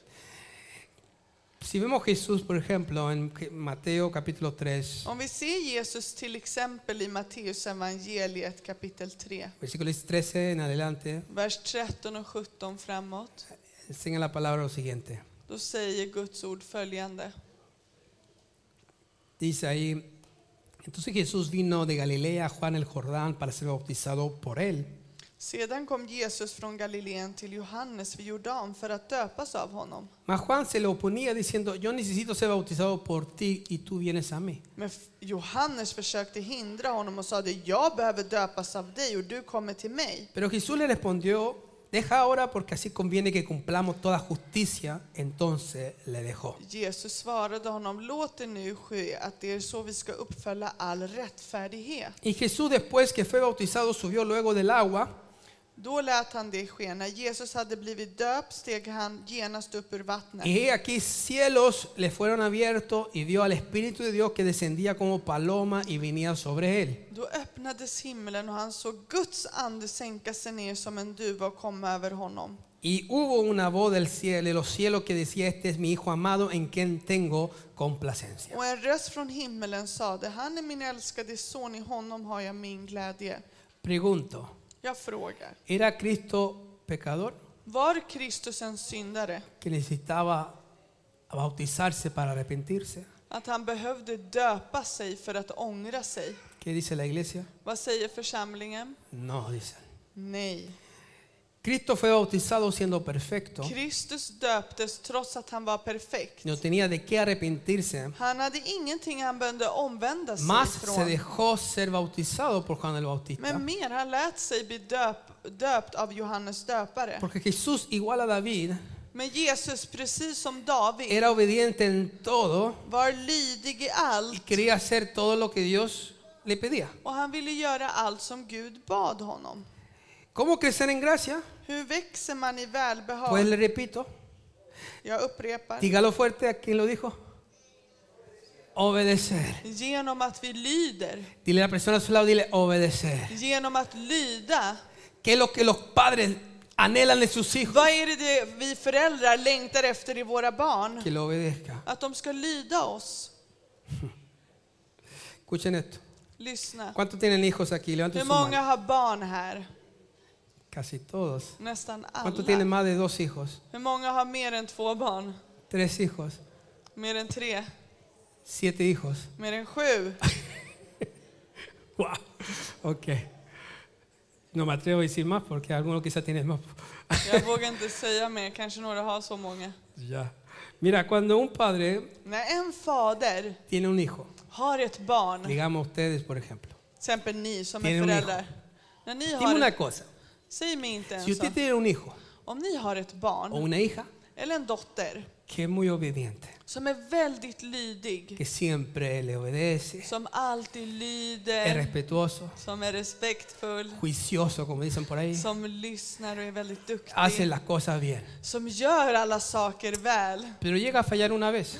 [SPEAKER 1] Si vemos a Jesús, por ejemplo, en Mateo capítulo 3,
[SPEAKER 2] Om vi ser Jesus till exempel i Matteus evangeliet kapitel 3,
[SPEAKER 1] versículos 13 en adelante,
[SPEAKER 2] vers 13 och 17 framåt.
[SPEAKER 1] enseña la palabra lo siguiente.
[SPEAKER 2] Då säger Guds ord följande.
[SPEAKER 1] Dice ahí, entonces Jesús vino de Galilea a Juan el Jordán para ser bautizado por él.
[SPEAKER 2] Sedan kom Jesus från Galileen till Johannes vid Jordan för att döpas av honom.
[SPEAKER 1] Mas Juan se le oponía diciendo, yo necesito ser bautizado por ti y tú vienes a mí.
[SPEAKER 2] Men F- Johannes försökte hindra honom och sade, jag behöver döpas av dig och du kommer till mig.
[SPEAKER 1] Pero Jesús le respondió, deja ahora porque así conviene que cumplamos toda justicia. Entonces le dejó.
[SPEAKER 2] Jesus svarade honom, låt det nu ske att det är så vi ska uppfylla all rättfärdighet.
[SPEAKER 1] Y Jesús después que fue bautizado subió luego del agua.
[SPEAKER 2] Då lät han det ske. När Jesus hade blivit döpt steg han genast upp ur vattnet.
[SPEAKER 1] Y he aquí cielos le fueron abiertos y vio al Espíritu de Dios que descendía como paloma y venía sobre él.
[SPEAKER 2] Då öppnades himlen och han såg Guds ande sänka sig ner som en duva och komma över honom.
[SPEAKER 1] Y hubo una voz del cielo, de los cielos que decía, este es mi Hijo amado en quien tengo complacencia.
[SPEAKER 2] Och en röst från himmelen sade, han är min älskade son, i honom har jag min glädje.
[SPEAKER 1] Pregunto,
[SPEAKER 2] Jag frågar,
[SPEAKER 1] ¿era Cristo pecador
[SPEAKER 2] var Kristus en syndare?
[SPEAKER 1] que necesitaba bautizarse para arrepentirse?
[SPEAKER 2] Att han behövde döpa sig för att ångra sig?
[SPEAKER 1] ¿Qué dice la iglesia?
[SPEAKER 2] Vad säger församlingen?
[SPEAKER 1] No, dicen.
[SPEAKER 2] Nej.
[SPEAKER 1] Cristo fue bautizado siendo perfecto.
[SPEAKER 2] Kristus döptes trots att han var perfekt.
[SPEAKER 1] No tenía de qué arrepentirse.
[SPEAKER 2] Han hade ingenting han behövde omvända sig
[SPEAKER 1] Más se
[SPEAKER 2] ifrån.
[SPEAKER 1] dejó ser bautizado por Juan el Bautista.
[SPEAKER 2] Men mer, han lät sig bli döp, döpt av Johannes döpare.
[SPEAKER 1] Porque Jesús, igual a David,
[SPEAKER 2] Men Jesus, precis som David,
[SPEAKER 1] era obediente en todo
[SPEAKER 2] var lydig i
[SPEAKER 1] y
[SPEAKER 2] allt
[SPEAKER 1] quería hacer todo lo que Dios le pedía.
[SPEAKER 2] och han ville göra allt som Gud bad honom.
[SPEAKER 1] ¿Cómo crecer en gracia?
[SPEAKER 2] Hur växer man i
[SPEAKER 1] Pues
[SPEAKER 2] välbehag?
[SPEAKER 1] le repito,
[SPEAKER 2] Jag upprepar.
[SPEAKER 1] dígalo fuerte a quien lo dijo. Obedecer.
[SPEAKER 2] Genom att vi lyder,
[SPEAKER 1] Dile a la persona a su lado, dile obedecer.
[SPEAKER 2] genom att lyda.
[SPEAKER 1] ¿Qué es lo que los padres anhelan de sus hijos?
[SPEAKER 2] Vad är det det vi föräldrar längtar efter i våra barn?
[SPEAKER 1] Que lo obedezca.
[SPEAKER 2] Att de ska lyda oss.
[SPEAKER 1] Escuchen esto.
[SPEAKER 2] Lyssna.
[SPEAKER 1] ¿Cuántos tienen hijos aquí?
[SPEAKER 2] Hur
[SPEAKER 1] Levanten su
[SPEAKER 2] många
[SPEAKER 1] mano.
[SPEAKER 2] har barn här?
[SPEAKER 1] Casi todos.
[SPEAKER 2] Nästan
[SPEAKER 1] ¿Cuántos tienen
[SPEAKER 2] alla.
[SPEAKER 1] más de dos hijos?
[SPEAKER 2] Hur många har mer än två barn?
[SPEAKER 1] Tres hijos.
[SPEAKER 2] Mer än tre?
[SPEAKER 1] Siete hijos.
[SPEAKER 2] Mer än sju?
[SPEAKER 1] Wow. Ok. No me atrevo a decir más porque algunos quizá tienen más.
[SPEAKER 2] Jag vågar inte säga mer, kanske några har så många.
[SPEAKER 1] ya. Mira, cuando un padre
[SPEAKER 2] När en fader
[SPEAKER 1] tiene un hijo,
[SPEAKER 2] har ett barn, till
[SPEAKER 1] digamos ustedes por ejemplo,
[SPEAKER 2] exempel ni som
[SPEAKER 1] Tiene
[SPEAKER 2] är
[SPEAKER 1] un
[SPEAKER 2] föräldrar. När ni
[SPEAKER 1] dime
[SPEAKER 2] har
[SPEAKER 1] una
[SPEAKER 2] ett,
[SPEAKER 1] cosa.
[SPEAKER 2] säg mig inte
[SPEAKER 1] Si
[SPEAKER 2] en
[SPEAKER 1] usted
[SPEAKER 2] sak.
[SPEAKER 1] tiene un hijo
[SPEAKER 2] Om ni har ett
[SPEAKER 1] o
[SPEAKER 2] barn,
[SPEAKER 1] una hija
[SPEAKER 2] eller en dotter,
[SPEAKER 1] que es muy obediente,
[SPEAKER 2] som är väldigt lydig,
[SPEAKER 1] que siempre le obedece,
[SPEAKER 2] som alltid
[SPEAKER 1] es
[SPEAKER 2] lyder,
[SPEAKER 1] respetuoso,
[SPEAKER 2] som är respektfull,
[SPEAKER 1] juicioso, como dicen por ahí,
[SPEAKER 2] som lyssnar och är väldigt
[SPEAKER 1] hace
[SPEAKER 2] duktig,
[SPEAKER 1] las cosas bien.
[SPEAKER 2] som gör alla saker väl.
[SPEAKER 1] Pero llega a fallar una vez.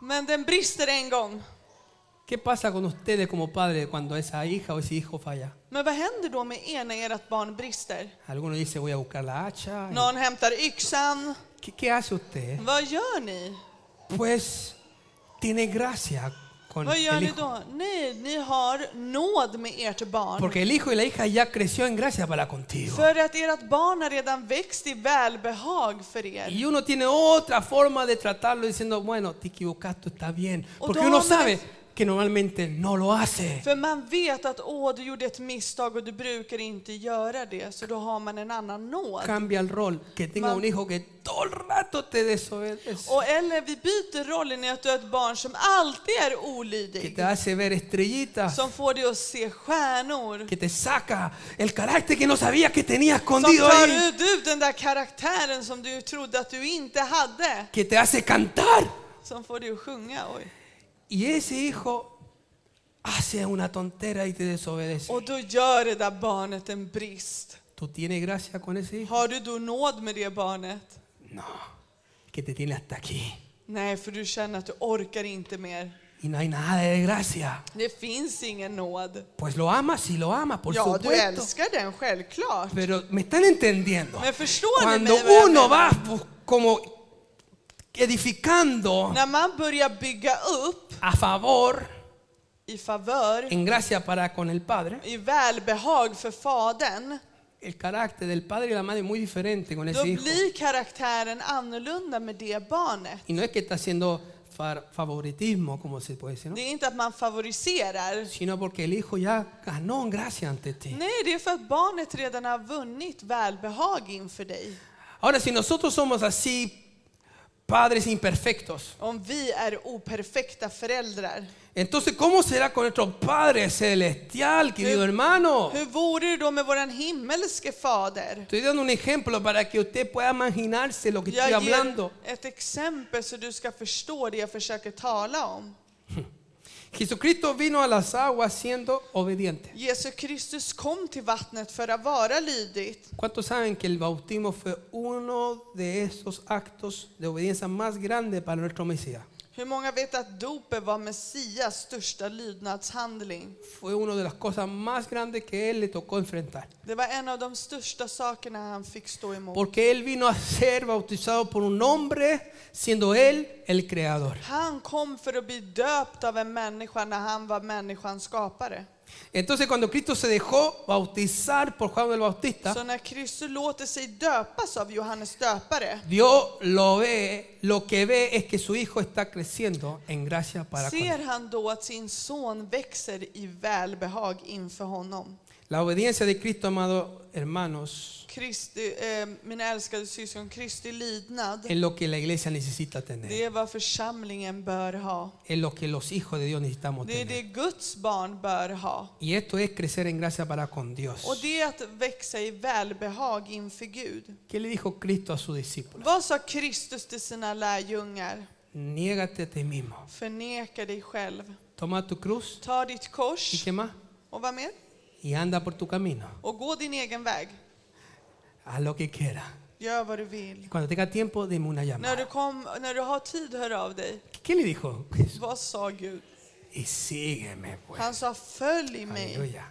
[SPEAKER 2] Men den brister en gång.
[SPEAKER 1] ¿Qué pasa con ustedes como padre cuando esa hija o ese hijo falla?
[SPEAKER 2] Men vad händer då med er när ert barn brister?
[SPEAKER 1] Alguno dice voy a buscar la hacha.
[SPEAKER 2] Någon hämtar yxan.
[SPEAKER 1] ¿Qué, qué hace usted?
[SPEAKER 2] Vad gör ni?
[SPEAKER 1] Pues tiene gracia con
[SPEAKER 2] Vad gör
[SPEAKER 1] el
[SPEAKER 2] ni
[SPEAKER 1] hijo.
[SPEAKER 2] då? Nej, ni har nåd med ert barn.
[SPEAKER 1] Porque el hijo y la hija ya creció en gracia para contigo.
[SPEAKER 2] För att ert barn har redan växt i välbehag för er.
[SPEAKER 1] Y uno tiene otra forma de tratarlo diciendo, bueno, te equivocaste, está bien.
[SPEAKER 2] O
[SPEAKER 1] Porque uno
[SPEAKER 2] toma-
[SPEAKER 1] sabe que normalmente no lo hace.
[SPEAKER 2] För man vet att åh, du gjorde ett misstag och du brukar inte göra det, så då har man en annan nåd.
[SPEAKER 1] Cambia el rol, que tenga
[SPEAKER 2] Man-
[SPEAKER 1] un hijo que todo el rato te desobedece.
[SPEAKER 2] Och eller vi byter rollen i att du är ett barn som alltid är
[SPEAKER 1] Que
[SPEAKER 2] olydig,
[SPEAKER 1] te hace ver estrellitas,
[SPEAKER 2] som får dig att se stjärnor,
[SPEAKER 1] que te saca el carácter que no sabías que tenía
[SPEAKER 2] som
[SPEAKER 1] escondido
[SPEAKER 2] tar
[SPEAKER 1] ahí,
[SPEAKER 2] ut ut den där karaktären som du trodde att du inte hade,
[SPEAKER 1] que te hace cantar.
[SPEAKER 2] som får dig att sjunga. Oj.
[SPEAKER 1] Y ese hijo hace una tontera y te desobedece.
[SPEAKER 2] Och då gör det där barnet en brist.
[SPEAKER 1] ¿Tú tienes gracia con ese hijo?
[SPEAKER 2] Har du då nåd med det barnet?
[SPEAKER 1] No, que te tiene hasta aquí.
[SPEAKER 2] Nej, för du känner att du orkar inte mer.
[SPEAKER 1] Y no hay nada de gracia.
[SPEAKER 2] Det finns ingen nåd.
[SPEAKER 1] Pues lo amas y lo amas, por
[SPEAKER 2] Ja, du
[SPEAKER 1] supuesto.
[SPEAKER 2] älskar den självklart.
[SPEAKER 1] Pero me están entendiendo.
[SPEAKER 2] Men förstår ni
[SPEAKER 1] Cuando
[SPEAKER 2] mig vad jag
[SPEAKER 1] uno
[SPEAKER 2] menar?
[SPEAKER 1] va pues, como edificando
[SPEAKER 2] När man börjar bygga upp
[SPEAKER 1] a favor,
[SPEAKER 2] i favör,
[SPEAKER 1] en gracia para con el padre,
[SPEAKER 2] i välbehag för fadern,
[SPEAKER 1] el carácter del padre y la madre es muy diferente con
[SPEAKER 2] då
[SPEAKER 1] ese hijo.
[SPEAKER 2] blir karaktären annorlunda med det barnet.
[SPEAKER 1] Y no es que está haciendo far- favoritismo, como se puede decir, ¿no?
[SPEAKER 2] Det är inte att man favoriserar.
[SPEAKER 1] sino porque el hijo ya ganó en gracia ante ti.
[SPEAKER 2] Nej, det är för att barnet redan har vunnit välbehag inför dig.
[SPEAKER 1] Ahora, si nosotros somos así, padres imperfectos,
[SPEAKER 2] Om vi är operfekta föräldrar,
[SPEAKER 1] entonces, ¿cómo será con nuestro Padre Celestial, querido hermano?
[SPEAKER 2] hur vore det då med våran himmelske fader?
[SPEAKER 1] Estoy dando un ejemplo para que usted pueda imaginarse lo que estoy
[SPEAKER 2] Jag ger
[SPEAKER 1] hablando.
[SPEAKER 2] ett exempel så du ska förstå det jag försöker tala om.
[SPEAKER 1] Jesucristo vino a las aguas siendo obediente.
[SPEAKER 2] Jesus Kristus kom till vattnet för att vara lydigt.
[SPEAKER 1] ¿Cuántos saben que el bautismo fue uno de esos actos de obediencia más grande para nuestro Mesías?
[SPEAKER 2] Hur många vet att dopet var Messias största lydnadshandling?
[SPEAKER 1] Fue una de las cosas más grandes que él le tocó enfrentar.
[SPEAKER 2] Det var en av de största sakerna han fick stå emot.
[SPEAKER 1] Porque él vino a ser bautizado por un hombre, siendo él el creador.
[SPEAKER 2] Han kom för att bli döpt av en människa när han var människans skapare.
[SPEAKER 1] Entonces cuando Cristo se dejó bautizar por Juan el
[SPEAKER 2] Så
[SPEAKER 1] Bautista,
[SPEAKER 2] när Kristus låter sig döpas av Johannes döpare
[SPEAKER 1] Dios lo ve, lo que ve es que su hijo está creciendo en gracia para con
[SPEAKER 2] ser
[SPEAKER 1] él.
[SPEAKER 2] han då att sin son växer i välbehag inför honom.
[SPEAKER 1] La obediencia de Cristo, amados hermanos,
[SPEAKER 2] Kristi, eh, mina älskade syskon, Kristi lydnad,
[SPEAKER 1] es lo que la iglesia necesita
[SPEAKER 2] det
[SPEAKER 1] tener,
[SPEAKER 2] är vad församlingen bör ha.
[SPEAKER 1] es lo que los hijos de Dios necesitamos
[SPEAKER 2] Det är det
[SPEAKER 1] tener.
[SPEAKER 2] Guds barn bör ha.
[SPEAKER 1] Y esto es crecer en gracia para con Oh, Dios.
[SPEAKER 2] Och det är att växa i välbehag inför Gud.
[SPEAKER 1] ¿Qué le dijo Cristo a sus discípulos?
[SPEAKER 2] Vad sa Kristus till sina lärjungar?
[SPEAKER 1] Niégate a ti mismo,
[SPEAKER 2] Förneka dig själv.
[SPEAKER 1] toma tu cruz
[SPEAKER 2] Ta ditt
[SPEAKER 1] y
[SPEAKER 2] kors
[SPEAKER 1] qué más.
[SPEAKER 2] och vad mer?
[SPEAKER 1] y anda por tu camino.
[SPEAKER 2] Och gå din egen väg.
[SPEAKER 1] Haz lo que quiera.
[SPEAKER 2] Gör vad du vill.
[SPEAKER 1] Cuando tenga tiempo, dime una
[SPEAKER 2] När
[SPEAKER 1] llamada.
[SPEAKER 2] du, kom, när du har tid, hör av dig.
[SPEAKER 1] ¿Qué le dijo Jesús?
[SPEAKER 2] Vad sa Gud?
[SPEAKER 1] Y sígueme, pues.
[SPEAKER 2] Han sa följ mig.
[SPEAKER 1] Aleluya.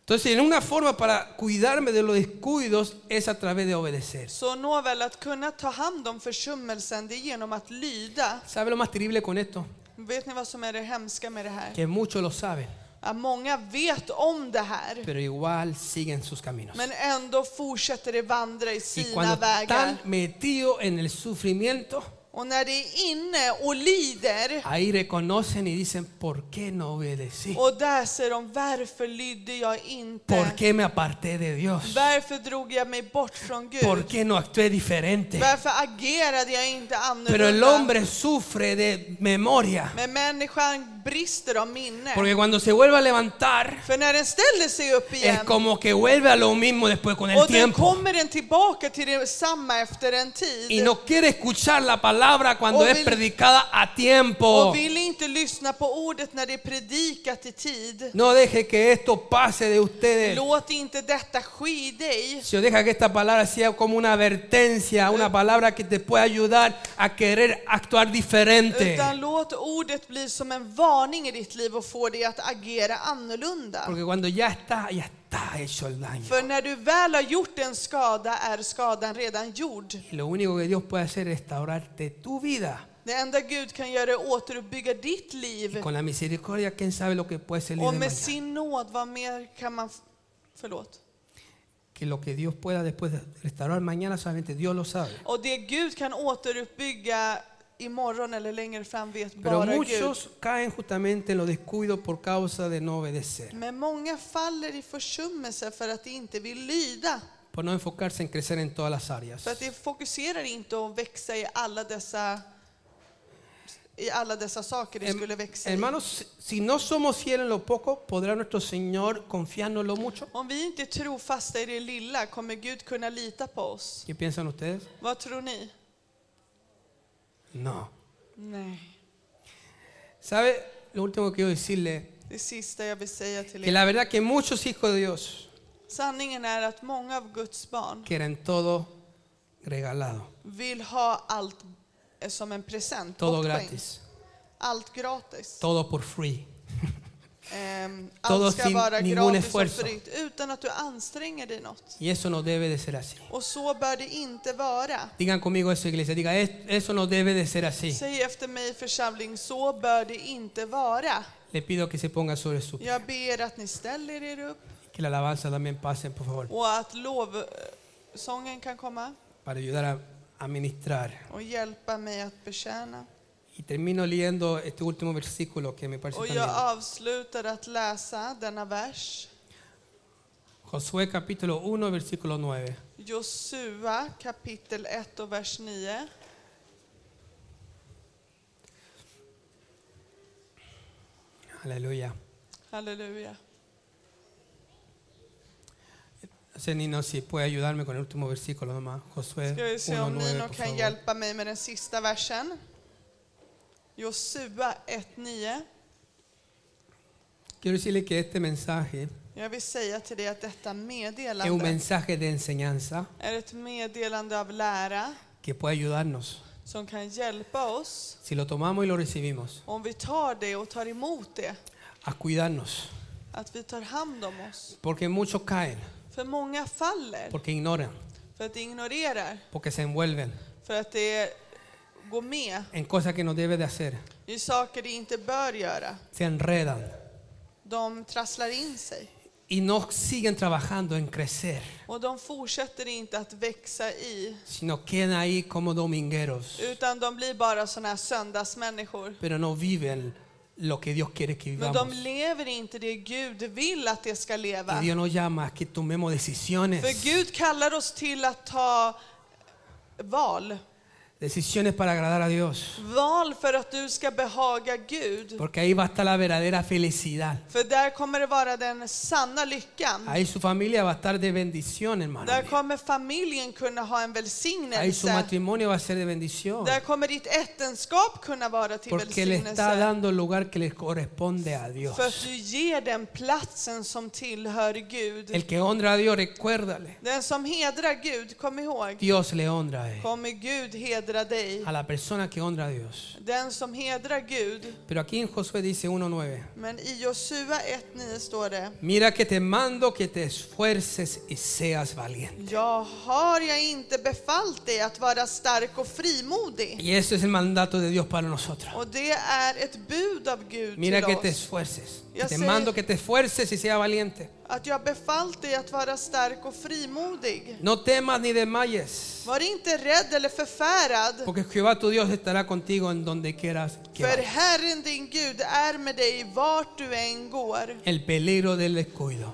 [SPEAKER 1] Entonces, en una forma para cuidarme de los descuidos es a través de obedecer.
[SPEAKER 2] Så nåväl, att kunna ta hand om försummelsen, det är genom att lyda.
[SPEAKER 1] ¿Sabe lo más terrible con esto?
[SPEAKER 2] Vet ni vad som är det hemska med det här?
[SPEAKER 1] Que muchos lo saben,
[SPEAKER 2] Ja, många vet om det här,
[SPEAKER 1] pero igual siguen sus caminos.
[SPEAKER 2] men ändå fortsätter de vandra i
[SPEAKER 1] Y
[SPEAKER 2] sina
[SPEAKER 1] cuando
[SPEAKER 2] vägar.
[SPEAKER 1] están metidos en el sufrimiento,
[SPEAKER 2] Och när de är inne och lider,
[SPEAKER 1] ahí reconocen y dicen, ¿por qué no obedecí?
[SPEAKER 2] och där ser de varför lydde jag inte?
[SPEAKER 1] ¿Por qué me aparté de Dios?
[SPEAKER 2] Varför drog jag mig bort från
[SPEAKER 1] ¿Por
[SPEAKER 2] Gud?
[SPEAKER 1] qué no actué diferente?
[SPEAKER 2] Varför agerade jag inte
[SPEAKER 1] Pero el
[SPEAKER 2] annorlunda?
[SPEAKER 1] hombre sufre de memoria,
[SPEAKER 2] Men människan brister av minne.
[SPEAKER 1] porque cuando se vuelve a levantar,
[SPEAKER 2] För när den ställer sig upp
[SPEAKER 1] es
[SPEAKER 2] igen
[SPEAKER 1] como que vuelve a lo mismo después con el
[SPEAKER 2] och den
[SPEAKER 1] tiempo.
[SPEAKER 2] kommer den tillbaka till det samma efter en
[SPEAKER 1] Y
[SPEAKER 2] tid
[SPEAKER 1] no quiere escuchar la palabra cuando
[SPEAKER 2] O
[SPEAKER 1] es
[SPEAKER 2] vil-
[SPEAKER 1] predicada a tiempo.
[SPEAKER 2] och vill inte lyssna på ordet när det är predikat i tid.
[SPEAKER 1] No deje que esto pase de ustedes.
[SPEAKER 2] Låt inte detta ske i dig.
[SPEAKER 1] Si os deja que esta palabra sea como una advertencia, una palabra que te pueda ayudar a querer actuar diferente.
[SPEAKER 2] Utan låt ordet bli som en varning i ditt liv och få dig att agera annorlunda.
[SPEAKER 1] Porque cuando ya está, ya está hecho el daño.
[SPEAKER 2] För när du väl har gjort en skada är skadan redan gjord.
[SPEAKER 1] Y lo único que Dios puede hacer es restaurarte tu vida.
[SPEAKER 2] Det enda Gud kan göra är att återuppbygga ditt
[SPEAKER 1] Y
[SPEAKER 2] liv.
[SPEAKER 1] con la misericordia, quién sabe lo que puede ser el día
[SPEAKER 2] Och
[SPEAKER 1] de
[SPEAKER 2] med
[SPEAKER 1] mañana.
[SPEAKER 2] sin nåd, vad mer kan man... f- Förlåt.
[SPEAKER 1] Que lo que Dios pueda después de restaurar mañana, solamente Dios lo sabe.
[SPEAKER 2] Och det Gud kan återuppbygga imorgon eller längre fram vet
[SPEAKER 1] Pero
[SPEAKER 2] bara Gud.
[SPEAKER 1] muchos caen justamente en lo descuido por causa de no obedecer,
[SPEAKER 2] Men många faller i försummelse för att de inte vill lyda.
[SPEAKER 1] por no enfocarse en crecer en todas las áreas.
[SPEAKER 2] För att de fokuserar inte att växa i alla dessa i alla dessa saker de
[SPEAKER 1] Hem-
[SPEAKER 2] skulle växa i.
[SPEAKER 1] Em, Hermanos, si no somos fieles en lo poco, ¿podrá nuestro Señor confiarnos lo mucho?
[SPEAKER 2] Om vi inte är trofasta i det lilla kommer Gud kunna lita på oss.
[SPEAKER 1] ¿Qué piensan ustedes?
[SPEAKER 2] Vad tror ni?
[SPEAKER 1] No.
[SPEAKER 2] Nej.
[SPEAKER 1] ¿Sabe? Lo último que quiero decirle,
[SPEAKER 2] Det sista jag vill säga till
[SPEAKER 1] que
[SPEAKER 2] er.
[SPEAKER 1] la verdad que muchos hijos de Dios
[SPEAKER 2] Sanningen är att många av Guds barn
[SPEAKER 1] quieren todo regalado,
[SPEAKER 2] vill ha allt eh, som en present.
[SPEAKER 1] todo
[SPEAKER 2] bortskänkt.
[SPEAKER 1] gratis,
[SPEAKER 2] Allt gratis.
[SPEAKER 1] todo por free.
[SPEAKER 2] Ehm,
[SPEAKER 1] Todo
[SPEAKER 2] Allt ska
[SPEAKER 1] sin
[SPEAKER 2] vara
[SPEAKER 1] ningún
[SPEAKER 2] gratis och
[SPEAKER 1] esfuerzo.
[SPEAKER 2] fritt utan att du anstränger dig något.
[SPEAKER 1] Y eso no debe de ser así.
[SPEAKER 2] Och så bör det inte vara.
[SPEAKER 1] Digan conmigo eso, iglesia. Diga, "Es- eso no debe de ser así.
[SPEAKER 2] Säg efter mig församling, så bör det inte vara.
[SPEAKER 1] Le pido que se ponga sobre su pie.
[SPEAKER 2] Jag ber att ni ställer er upp
[SPEAKER 1] Que la alabanza también pase, por favor,
[SPEAKER 2] och att lovsången kan komma
[SPEAKER 1] para ayudar a, a ministrar.
[SPEAKER 2] och hjälpa mig att betjäna.
[SPEAKER 1] Y termino leyendo este último versículo que me parece
[SPEAKER 2] Och
[SPEAKER 1] tan
[SPEAKER 2] jag
[SPEAKER 1] lindo.
[SPEAKER 2] avslutar att läsa denna vers,
[SPEAKER 1] Josué capítulo 1, versículo 9.
[SPEAKER 2] Josua kapitel 1 och vers 9.
[SPEAKER 1] Aleluya.
[SPEAKER 2] Halleluja.
[SPEAKER 1] No sé, Nino, si puede ayudarme con el último versículo nomás. Josué
[SPEAKER 2] Ska vi se
[SPEAKER 1] 1,
[SPEAKER 2] om
[SPEAKER 1] 9,
[SPEAKER 2] Nino
[SPEAKER 1] por
[SPEAKER 2] kan
[SPEAKER 1] favor.
[SPEAKER 2] hjälpa mig med den sista versen. Josua 1.9.
[SPEAKER 1] Quiero decirle que este mensaje
[SPEAKER 2] Jag vill säga till dig att detta
[SPEAKER 1] es un
[SPEAKER 2] meddelande
[SPEAKER 1] mensaje de enseñanza
[SPEAKER 2] är ett meddelande av lära
[SPEAKER 1] que puede ayudarnos.
[SPEAKER 2] som kan hjälpa oss
[SPEAKER 1] Si lo tomamos y lo recibimos,
[SPEAKER 2] om vi tar det och tar emot det.
[SPEAKER 1] a cuidarnos.
[SPEAKER 2] Att vi tar hand om oss.
[SPEAKER 1] Porque muchos caen,
[SPEAKER 2] För många faller
[SPEAKER 1] porque ignoran,
[SPEAKER 2] för att de ignorerar,
[SPEAKER 1] porque se envuelven
[SPEAKER 2] för att de går med
[SPEAKER 1] en cosas que no debe de hacer.
[SPEAKER 2] i saker de inte bör göra.
[SPEAKER 1] Se enredan
[SPEAKER 2] De trasslar in sig
[SPEAKER 1] y no siguen trabajando en crecer,
[SPEAKER 2] och de fortsätter inte att växa i
[SPEAKER 1] sino quedan ahí como domingueros.
[SPEAKER 2] Utan de blir bara såna här söndagsmänniskor.
[SPEAKER 1] pero no viven lo que Dios quiere que
[SPEAKER 2] Men
[SPEAKER 1] vivamos.
[SPEAKER 2] de lever inte det Gud vill att de ska leva.
[SPEAKER 1] Y Dios nos llama a que tomemos
[SPEAKER 2] För
[SPEAKER 1] decisiones,
[SPEAKER 2] Gud kallar oss till att ta val.
[SPEAKER 1] decisiones para agradar a Dios,
[SPEAKER 2] Val för att du ska behaga Gud.
[SPEAKER 1] porque ahí va a estar la verdadera felicidad.
[SPEAKER 2] För där kommer det vara den sanna lyckan.
[SPEAKER 1] Ahí su familia va a estar de bendición, hermano.
[SPEAKER 2] Där
[SPEAKER 1] mío.
[SPEAKER 2] kommer familjen kunna ha en
[SPEAKER 1] Ahí su
[SPEAKER 2] välsignelse.
[SPEAKER 1] matrimonio va a ser de bendición,
[SPEAKER 2] Där kommer ditt äktenskap kunna vara till
[SPEAKER 1] porque le está
[SPEAKER 2] välsignelse.
[SPEAKER 1] dando el lugar que le corresponde a Dios.
[SPEAKER 2] För att du ger den platsen som tillhör Gud.
[SPEAKER 1] El que honra a Dios, recuérdale,
[SPEAKER 2] Den som hedrar Gud, kom ihåg.
[SPEAKER 1] Dios le honra a él,
[SPEAKER 2] kommer Gud hedra dig.
[SPEAKER 1] a la persona que honra a Dios.
[SPEAKER 2] Den som hedrar Gud.
[SPEAKER 1] Pero aquí en Josué dice 1.9.
[SPEAKER 2] Men i Josua 1.9 står det.
[SPEAKER 1] Mira que te mando que te esfuerces y seas valiente.
[SPEAKER 2] Jag har jag inte befallt dig att vara stark och frimodig.
[SPEAKER 1] Y eso es el mandato de Dios para nosotros.
[SPEAKER 2] Och det är ett bud av Gud
[SPEAKER 1] Mira que te
[SPEAKER 2] till oss.
[SPEAKER 1] esfuerces Y te mando que te esfuerces y seas valiente.
[SPEAKER 2] Att jag befallt dig att vara stark och frimodig.
[SPEAKER 1] No temas ni desmayes,
[SPEAKER 2] Var inte rädd eller förfärad,
[SPEAKER 1] porque Jehová tu Dios estará contigo en donde quieras que
[SPEAKER 2] för
[SPEAKER 1] vayas.
[SPEAKER 2] Herren din Gud är med dig vart du än går.
[SPEAKER 1] El peligro del descuido.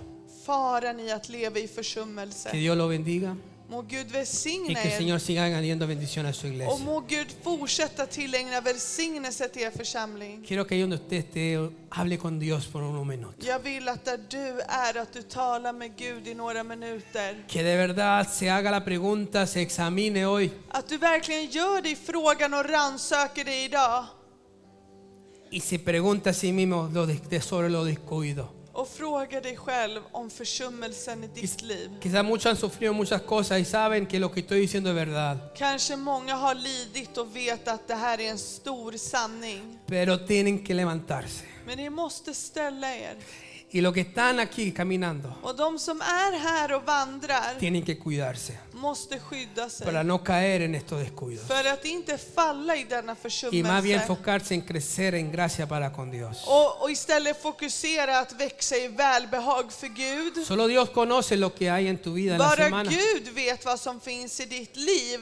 [SPEAKER 2] Faran i att leva i
[SPEAKER 1] Que
[SPEAKER 2] försummelse.
[SPEAKER 1] Dios lo bendiga
[SPEAKER 2] Må Gud
[SPEAKER 1] y
[SPEAKER 2] välsigna
[SPEAKER 1] que el
[SPEAKER 2] er
[SPEAKER 1] Señor siga añadiendo bendiciones a su
[SPEAKER 2] och
[SPEAKER 1] iglesia.
[SPEAKER 2] må Gud fortsätta tillägna välsignelse till er församling.
[SPEAKER 1] Quiero que ahí donde usted esté, hable con Dios por unos minutos.
[SPEAKER 2] Jag vill att där du är, att du talar med Gud i några minuter.
[SPEAKER 1] Que de verdad se haga la pregunta, se examine hoy
[SPEAKER 2] Att du verkligen gör dig frågan och rannsöker dig idag.
[SPEAKER 1] y se pregunta a sí mismo lo de, de sobre lo descuido.
[SPEAKER 2] Och fråga dig själv om försummelsen i ditt liv.
[SPEAKER 1] Quizás muchos han sufrido muchas cosas y saben que lo que estoy diciendo es verdad,
[SPEAKER 2] Kanske många har lidit och vet att det här är en stor sanning.
[SPEAKER 1] pero tienen que levantarse.
[SPEAKER 2] Men ni måste ställa er.
[SPEAKER 1] Y los que están aquí caminando
[SPEAKER 2] Och de som är här och vandrar
[SPEAKER 1] tienen que cuidarse
[SPEAKER 2] måste skydda
[SPEAKER 1] para
[SPEAKER 2] sig.
[SPEAKER 1] no caer en estos descuidos
[SPEAKER 2] För att inte falla i denna
[SPEAKER 1] y más bien
[SPEAKER 2] försummelse.
[SPEAKER 1] enfocarse en crecer en gracia para con Dios.
[SPEAKER 2] Och, och istället fokusera att växa i välbehag för Gud.
[SPEAKER 1] Solo Dios conoce lo que hay en tu vida en la
[SPEAKER 2] Bara
[SPEAKER 1] semana,
[SPEAKER 2] Gud vet vad som finns i ditt liv.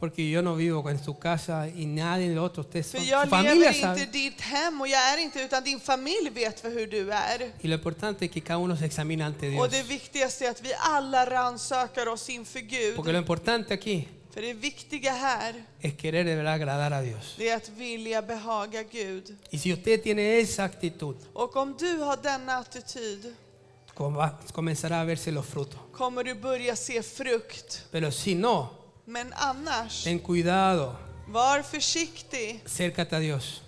[SPEAKER 1] porque yo no vivo en tu casa y nadie de los otros, ustedes
[SPEAKER 2] För
[SPEAKER 1] son,
[SPEAKER 2] jag
[SPEAKER 1] su
[SPEAKER 2] lever
[SPEAKER 1] familia
[SPEAKER 2] inte i
[SPEAKER 1] sabe.
[SPEAKER 2] ditt hem och jag är inte utan din familj vet för hur du är.
[SPEAKER 1] Y lo importante es que cada uno se examine ante
[SPEAKER 2] Och
[SPEAKER 1] Dios,
[SPEAKER 2] det viktigaste är att vi alla rannsakar oss inför
[SPEAKER 1] porque
[SPEAKER 2] Gud.
[SPEAKER 1] lo importante aquí
[SPEAKER 2] För det viktiga här,
[SPEAKER 1] es querer de verdad agradar a Dios.
[SPEAKER 2] det är att vilja behaga Gud.
[SPEAKER 1] Y si usted tiene esa actitud,
[SPEAKER 2] Och om du har denna attityd
[SPEAKER 1] com- va- comenzará a verse los frutos.
[SPEAKER 2] kommer du börja se frukt.
[SPEAKER 1] Pero si no,
[SPEAKER 2] Men annars,
[SPEAKER 1] ten cuidado,
[SPEAKER 2] var försiktig,
[SPEAKER 1] acércate a Dios,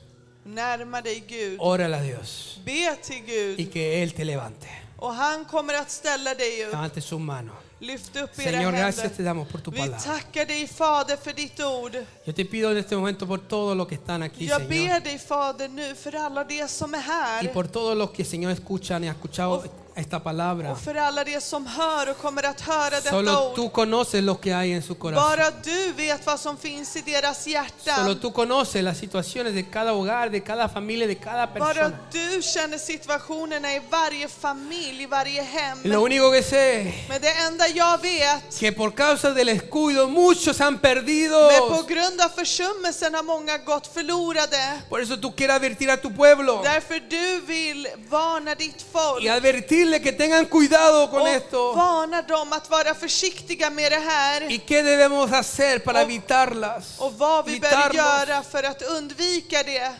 [SPEAKER 2] närma dig Gud.
[SPEAKER 1] órale a Dios
[SPEAKER 2] Be till
[SPEAKER 1] y
[SPEAKER 2] Gud
[SPEAKER 1] que Él te levante.
[SPEAKER 2] och han kommer att ställa dig upp.
[SPEAKER 1] Levante sus manos.
[SPEAKER 2] Lyft upp era
[SPEAKER 1] Señor, gracias te
[SPEAKER 2] händer.
[SPEAKER 1] damos por tu
[SPEAKER 2] Vi
[SPEAKER 1] palabra.
[SPEAKER 2] tackar dig Fader för ditt ord.
[SPEAKER 1] Yo te pido en este momento por todos los que están aquí,
[SPEAKER 2] Jag
[SPEAKER 1] Señor,
[SPEAKER 2] ber dig Fader nu för alla de som är
[SPEAKER 1] y
[SPEAKER 2] här
[SPEAKER 1] por todos los que, Señor, escuchan y han escuchado esta palabra.
[SPEAKER 2] och för alla de som hör och kommer att höra detta
[SPEAKER 1] Solo
[SPEAKER 2] ord.
[SPEAKER 1] tú conoces lo que hay en su corazón.
[SPEAKER 2] Bara du vet vad som finns i deras
[SPEAKER 1] Solo
[SPEAKER 2] hjärtan.
[SPEAKER 1] tú conoces las situaciones de cada hogar, de cada familia, de cada
[SPEAKER 2] Bara
[SPEAKER 1] persona.
[SPEAKER 2] du känner situationerna i varje familj, i varje hem.
[SPEAKER 1] Lo único que sé
[SPEAKER 2] Men det enda jag vet,
[SPEAKER 1] es que por causa del escudo muchos han perdido.
[SPEAKER 2] men på grund av försummelsen har många gått förlorade.
[SPEAKER 1] Por eso tú quieres advertir a tu pueblo
[SPEAKER 2] Därför du vill varna ditt folk
[SPEAKER 1] y advertirle que tengan cuidado con
[SPEAKER 2] och
[SPEAKER 1] esto
[SPEAKER 2] varna dem att vara försiktiga med det här
[SPEAKER 1] y qué debemos hacer para evitarlas.
[SPEAKER 2] och vad vi bör
[SPEAKER 1] evitarlos.
[SPEAKER 2] göra för att undvika det.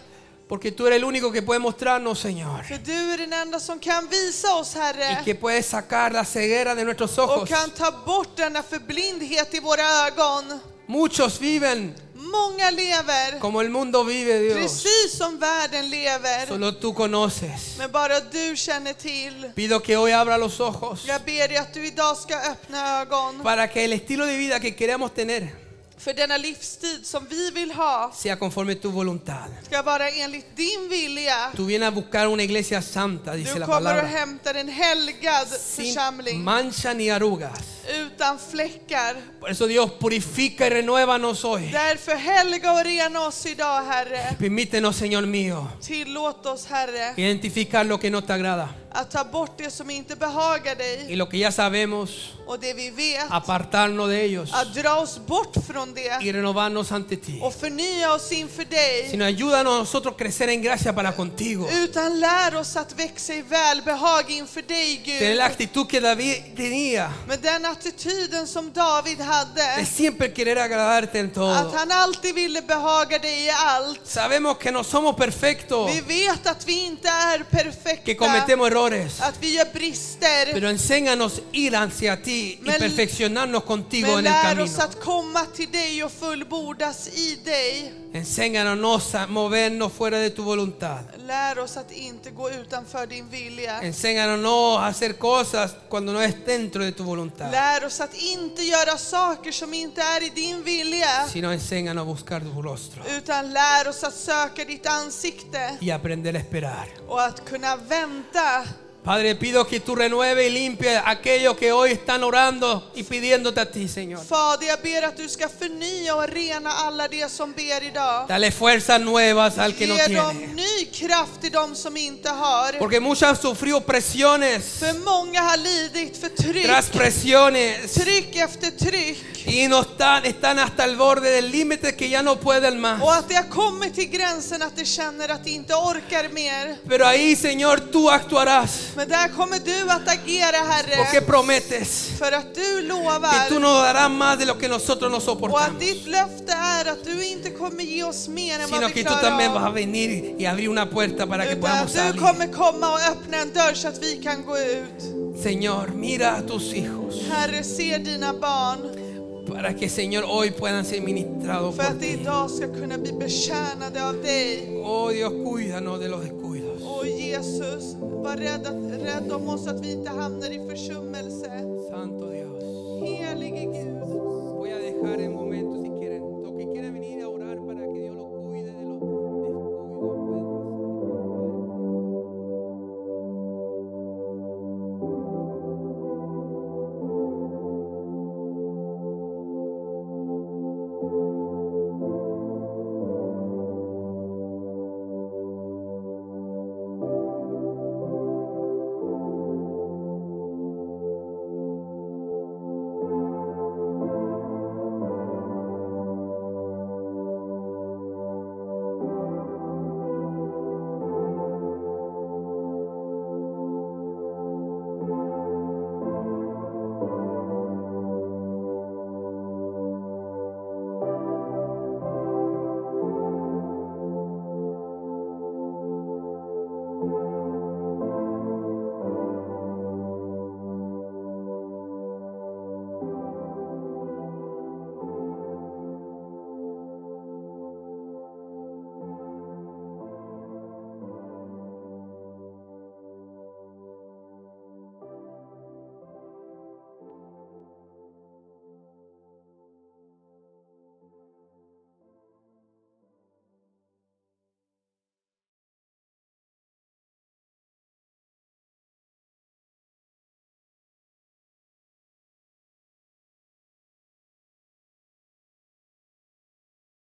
[SPEAKER 1] Porque tú eres el único que puede mostrarnos, Señor,
[SPEAKER 2] För du är den enda som kan visa oss,
[SPEAKER 1] y
[SPEAKER 2] Herre,
[SPEAKER 1] que puede sacar la ceguera de nuestros
[SPEAKER 2] och
[SPEAKER 1] ojos.
[SPEAKER 2] kan ta bort denna förblindhet i våra ögon.
[SPEAKER 1] Muchos viven
[SPEAKER 2] Många lever
[SPEAKER 1] como el mundo vive, Dios.
[SPEAKER 2] precis som världen lever,
[SPEAKER 1] Solo tú conoces.
[SPEAKER 2] men bara du känner till.
[SPEAKER 1] Pido que hoy abra los ojos
[SPEAKER 2] Jag ber dig att du idag ska öppna ögon
[SPEAKER 1] para que el estilo de vida que queremos tener
[SPEAKER 2] för denna livstid som vi vill ha
[SPEAKER 1] sea conforme tu voluntad.
[SPEAKER 2] ska vara enligt din vilja.
[SPEAKER 1] Tú vienes a buscar una iglesia santa, dice
[SPEAKER 2] Du
[SPEAKER 1] la
[SPEAKER 2] kommer och
[SPEAKER 1] palabra.
[SPEAKER 2] hämtar en helgad
[SPEAKER 1] sin
[SPEAKER 2] församling
[SPEAKER 1] mancha ni arrugas.
[SPEAKER 2] utan fläckar.
[SPEAKER 1] Por eso Dios purifica y renuévanos hoy.
[SPEAKER 2] Därför helga och rena oss idag, Herre.
[SPEAKER 1] Permítenos, Señor mío,
[SPEAKER 2] Tillåt oss, Herre,
[SPEAKER 1] identificar lo que no te agrada
[SPEAKER 2] att ta bort det som inte behagar
[SPEAKER 1] y
[SPEAKER 2] dig
[SPEAKER 1] lo que ya sabemos,
[SPEAKER 2] och det vi vet,
[SPEAKER 1] apartarnos de ellos
[SPEAKER 2] att dra oss bort från det
[SPEAKER 1] y renovarnos ante ti.
[SPEAKER 2] och förnya oss inför dig.
[SPEAKER 1] Sino ayúdanos a nosotros crecer en gracia para contigo.
[SPEAKER 2] Utan lär oss att växa i välbehag inför dig,
[SPEAKER 1] Tener la
[SPEAKER 2] Gud.
[SPEAKER 1] actitud que David tenía
[SPEAKER 2] Med den attityden som David
[SPEAKER 1] de
[SPEAKER 2] hade,
[SPEAKER 1] siempre querer agradarte en
[SPEAKER 2] att
[SPEAKER 1] todo.
[SPEAKER 2] han alltid ville behaga dig i allt.
[SPEAKER 1] Sabemos que no somos perfectos,
[SPEAKER 2] Vi vet att vi inte är
[SPEAKER 1] que
[SPEAKER 2] perfekta,
[SPEAKER 1] cometemos errores,
[SPEAKER 2] att vi gör brister,
[SPEAKER 1] pero enséñanos ir hacia ti y
[SPEAKER 2] Men-
[SPEAKER 1] perfeccionarnos contigo en
[SPEAKER 2] men
[SPEAKER 1] el
[SPEAKER 2] lär
[SPEAKER 1] camino.
[SPEAKER 2] oss att komma till dig och fullbordas i dig.
[SPEAKER 1] Enséñanos a movernos fuera de tu voluntad.
[SPEAKER 2] Lär oss att inte gå utanför din vilja.
[SPEAKER 1] Enséñanos a hacer cosas cuando no es dentro de tu voluntad,
[SPEAKER 2] Lär oss att inte göra saker som inte är i din vilja,
[SPEAKER 1] sino enséñanos a buscar tu rostro
[SPEAKER 2] utan lär oss att söka ditt ansikte
[SPEAKER 1] y aprender a esperar.
[SPEAKER 2] och att kunna vänta.
[SPEAKER 1] Padre, pido que tú renueves y limpies a aquellos que hoy están orando y pidiéndote a ti, Señor.
[SPEAKER 2] Fader, jag ber att du ska förnya och rena alla de som ber idag.
[SPEAKER 1] Dale fuerzas nuevas al que no
[SPEAKER 2] Ge dem
[SPEAKER 1] tiene.
[SPEAKER 2] ny kraft till de som inte har.
[SPEAKER 1] Porque muchos han sufrido presiones
[SPEAKER 2] För många har lidit för
[SPEAKER 1] tras
[SPEAKER 2] tryck,
[SPEAKER 1] presiones
[SPEAKER 2] tryck efter tryck.
[SPEAKER 1] y no están, están hasta el borde del límite que ya no pueden más.
[SPEAKER 2] Och att det har kommit till gränsen att de känner att de inte orkar mer.
[SPEAKER 1] Pero ahí, Señor, tú actuarás
[SPEAKER 2] Men där kommer du att agera
[SPEAKER 1] porque
[SPEAKER 2] Herre.
[SPEAKER 1] prometes
[SPEAKER 2] För att du
[SPEAKER 1] que tú
[SPEAKER 2] lovar
[SPEAKER 1] nos darás más de lo que nosotros nos
[SPEAKER 2] och att
[SPEAKER 1] soportamos,
[SPEAKER 2] ditt löfte är att du inte kommer ge oss mer än
[SPEAKER 1] sino
[SPEAKER 2] vad vi
[SPEAKER 1] que tú también
[SPEAKER 2] klarar
[SPEAKER 1] vas a
[SPEAKER 2] av.
[SPEAKER 1] venir y abrir una puerta para que
[SPEAKER 2] Utan
[SPEAKER 1] podamos
[SPEAKER 2] att
[SPEAKER 1] salir.
[SPEAKER 2] du kommer komma och öppna en dörr så att vi kan gå ut.
[SPEAKER 1] Señor, mira a tus hijos
[SPEAKER 2] Herre, se dina barn
[SPEAKER 1] para que, Señor, hoy puedan ser ministrados
[SPEAKER 2] för
[SPEAKER 1] por
[SPEAKER 2] att de
[SPEAKER 1] ti.
[SPEAKER 2] idag ska kunna bli betjänade av dig.
[SPEAKER 1] Oh Dios, cuídanos de los descuidos.
[SPEAKER 2] Och Jesus, var rädd, att, rädd om oss att vi inte hamnar i försummelse.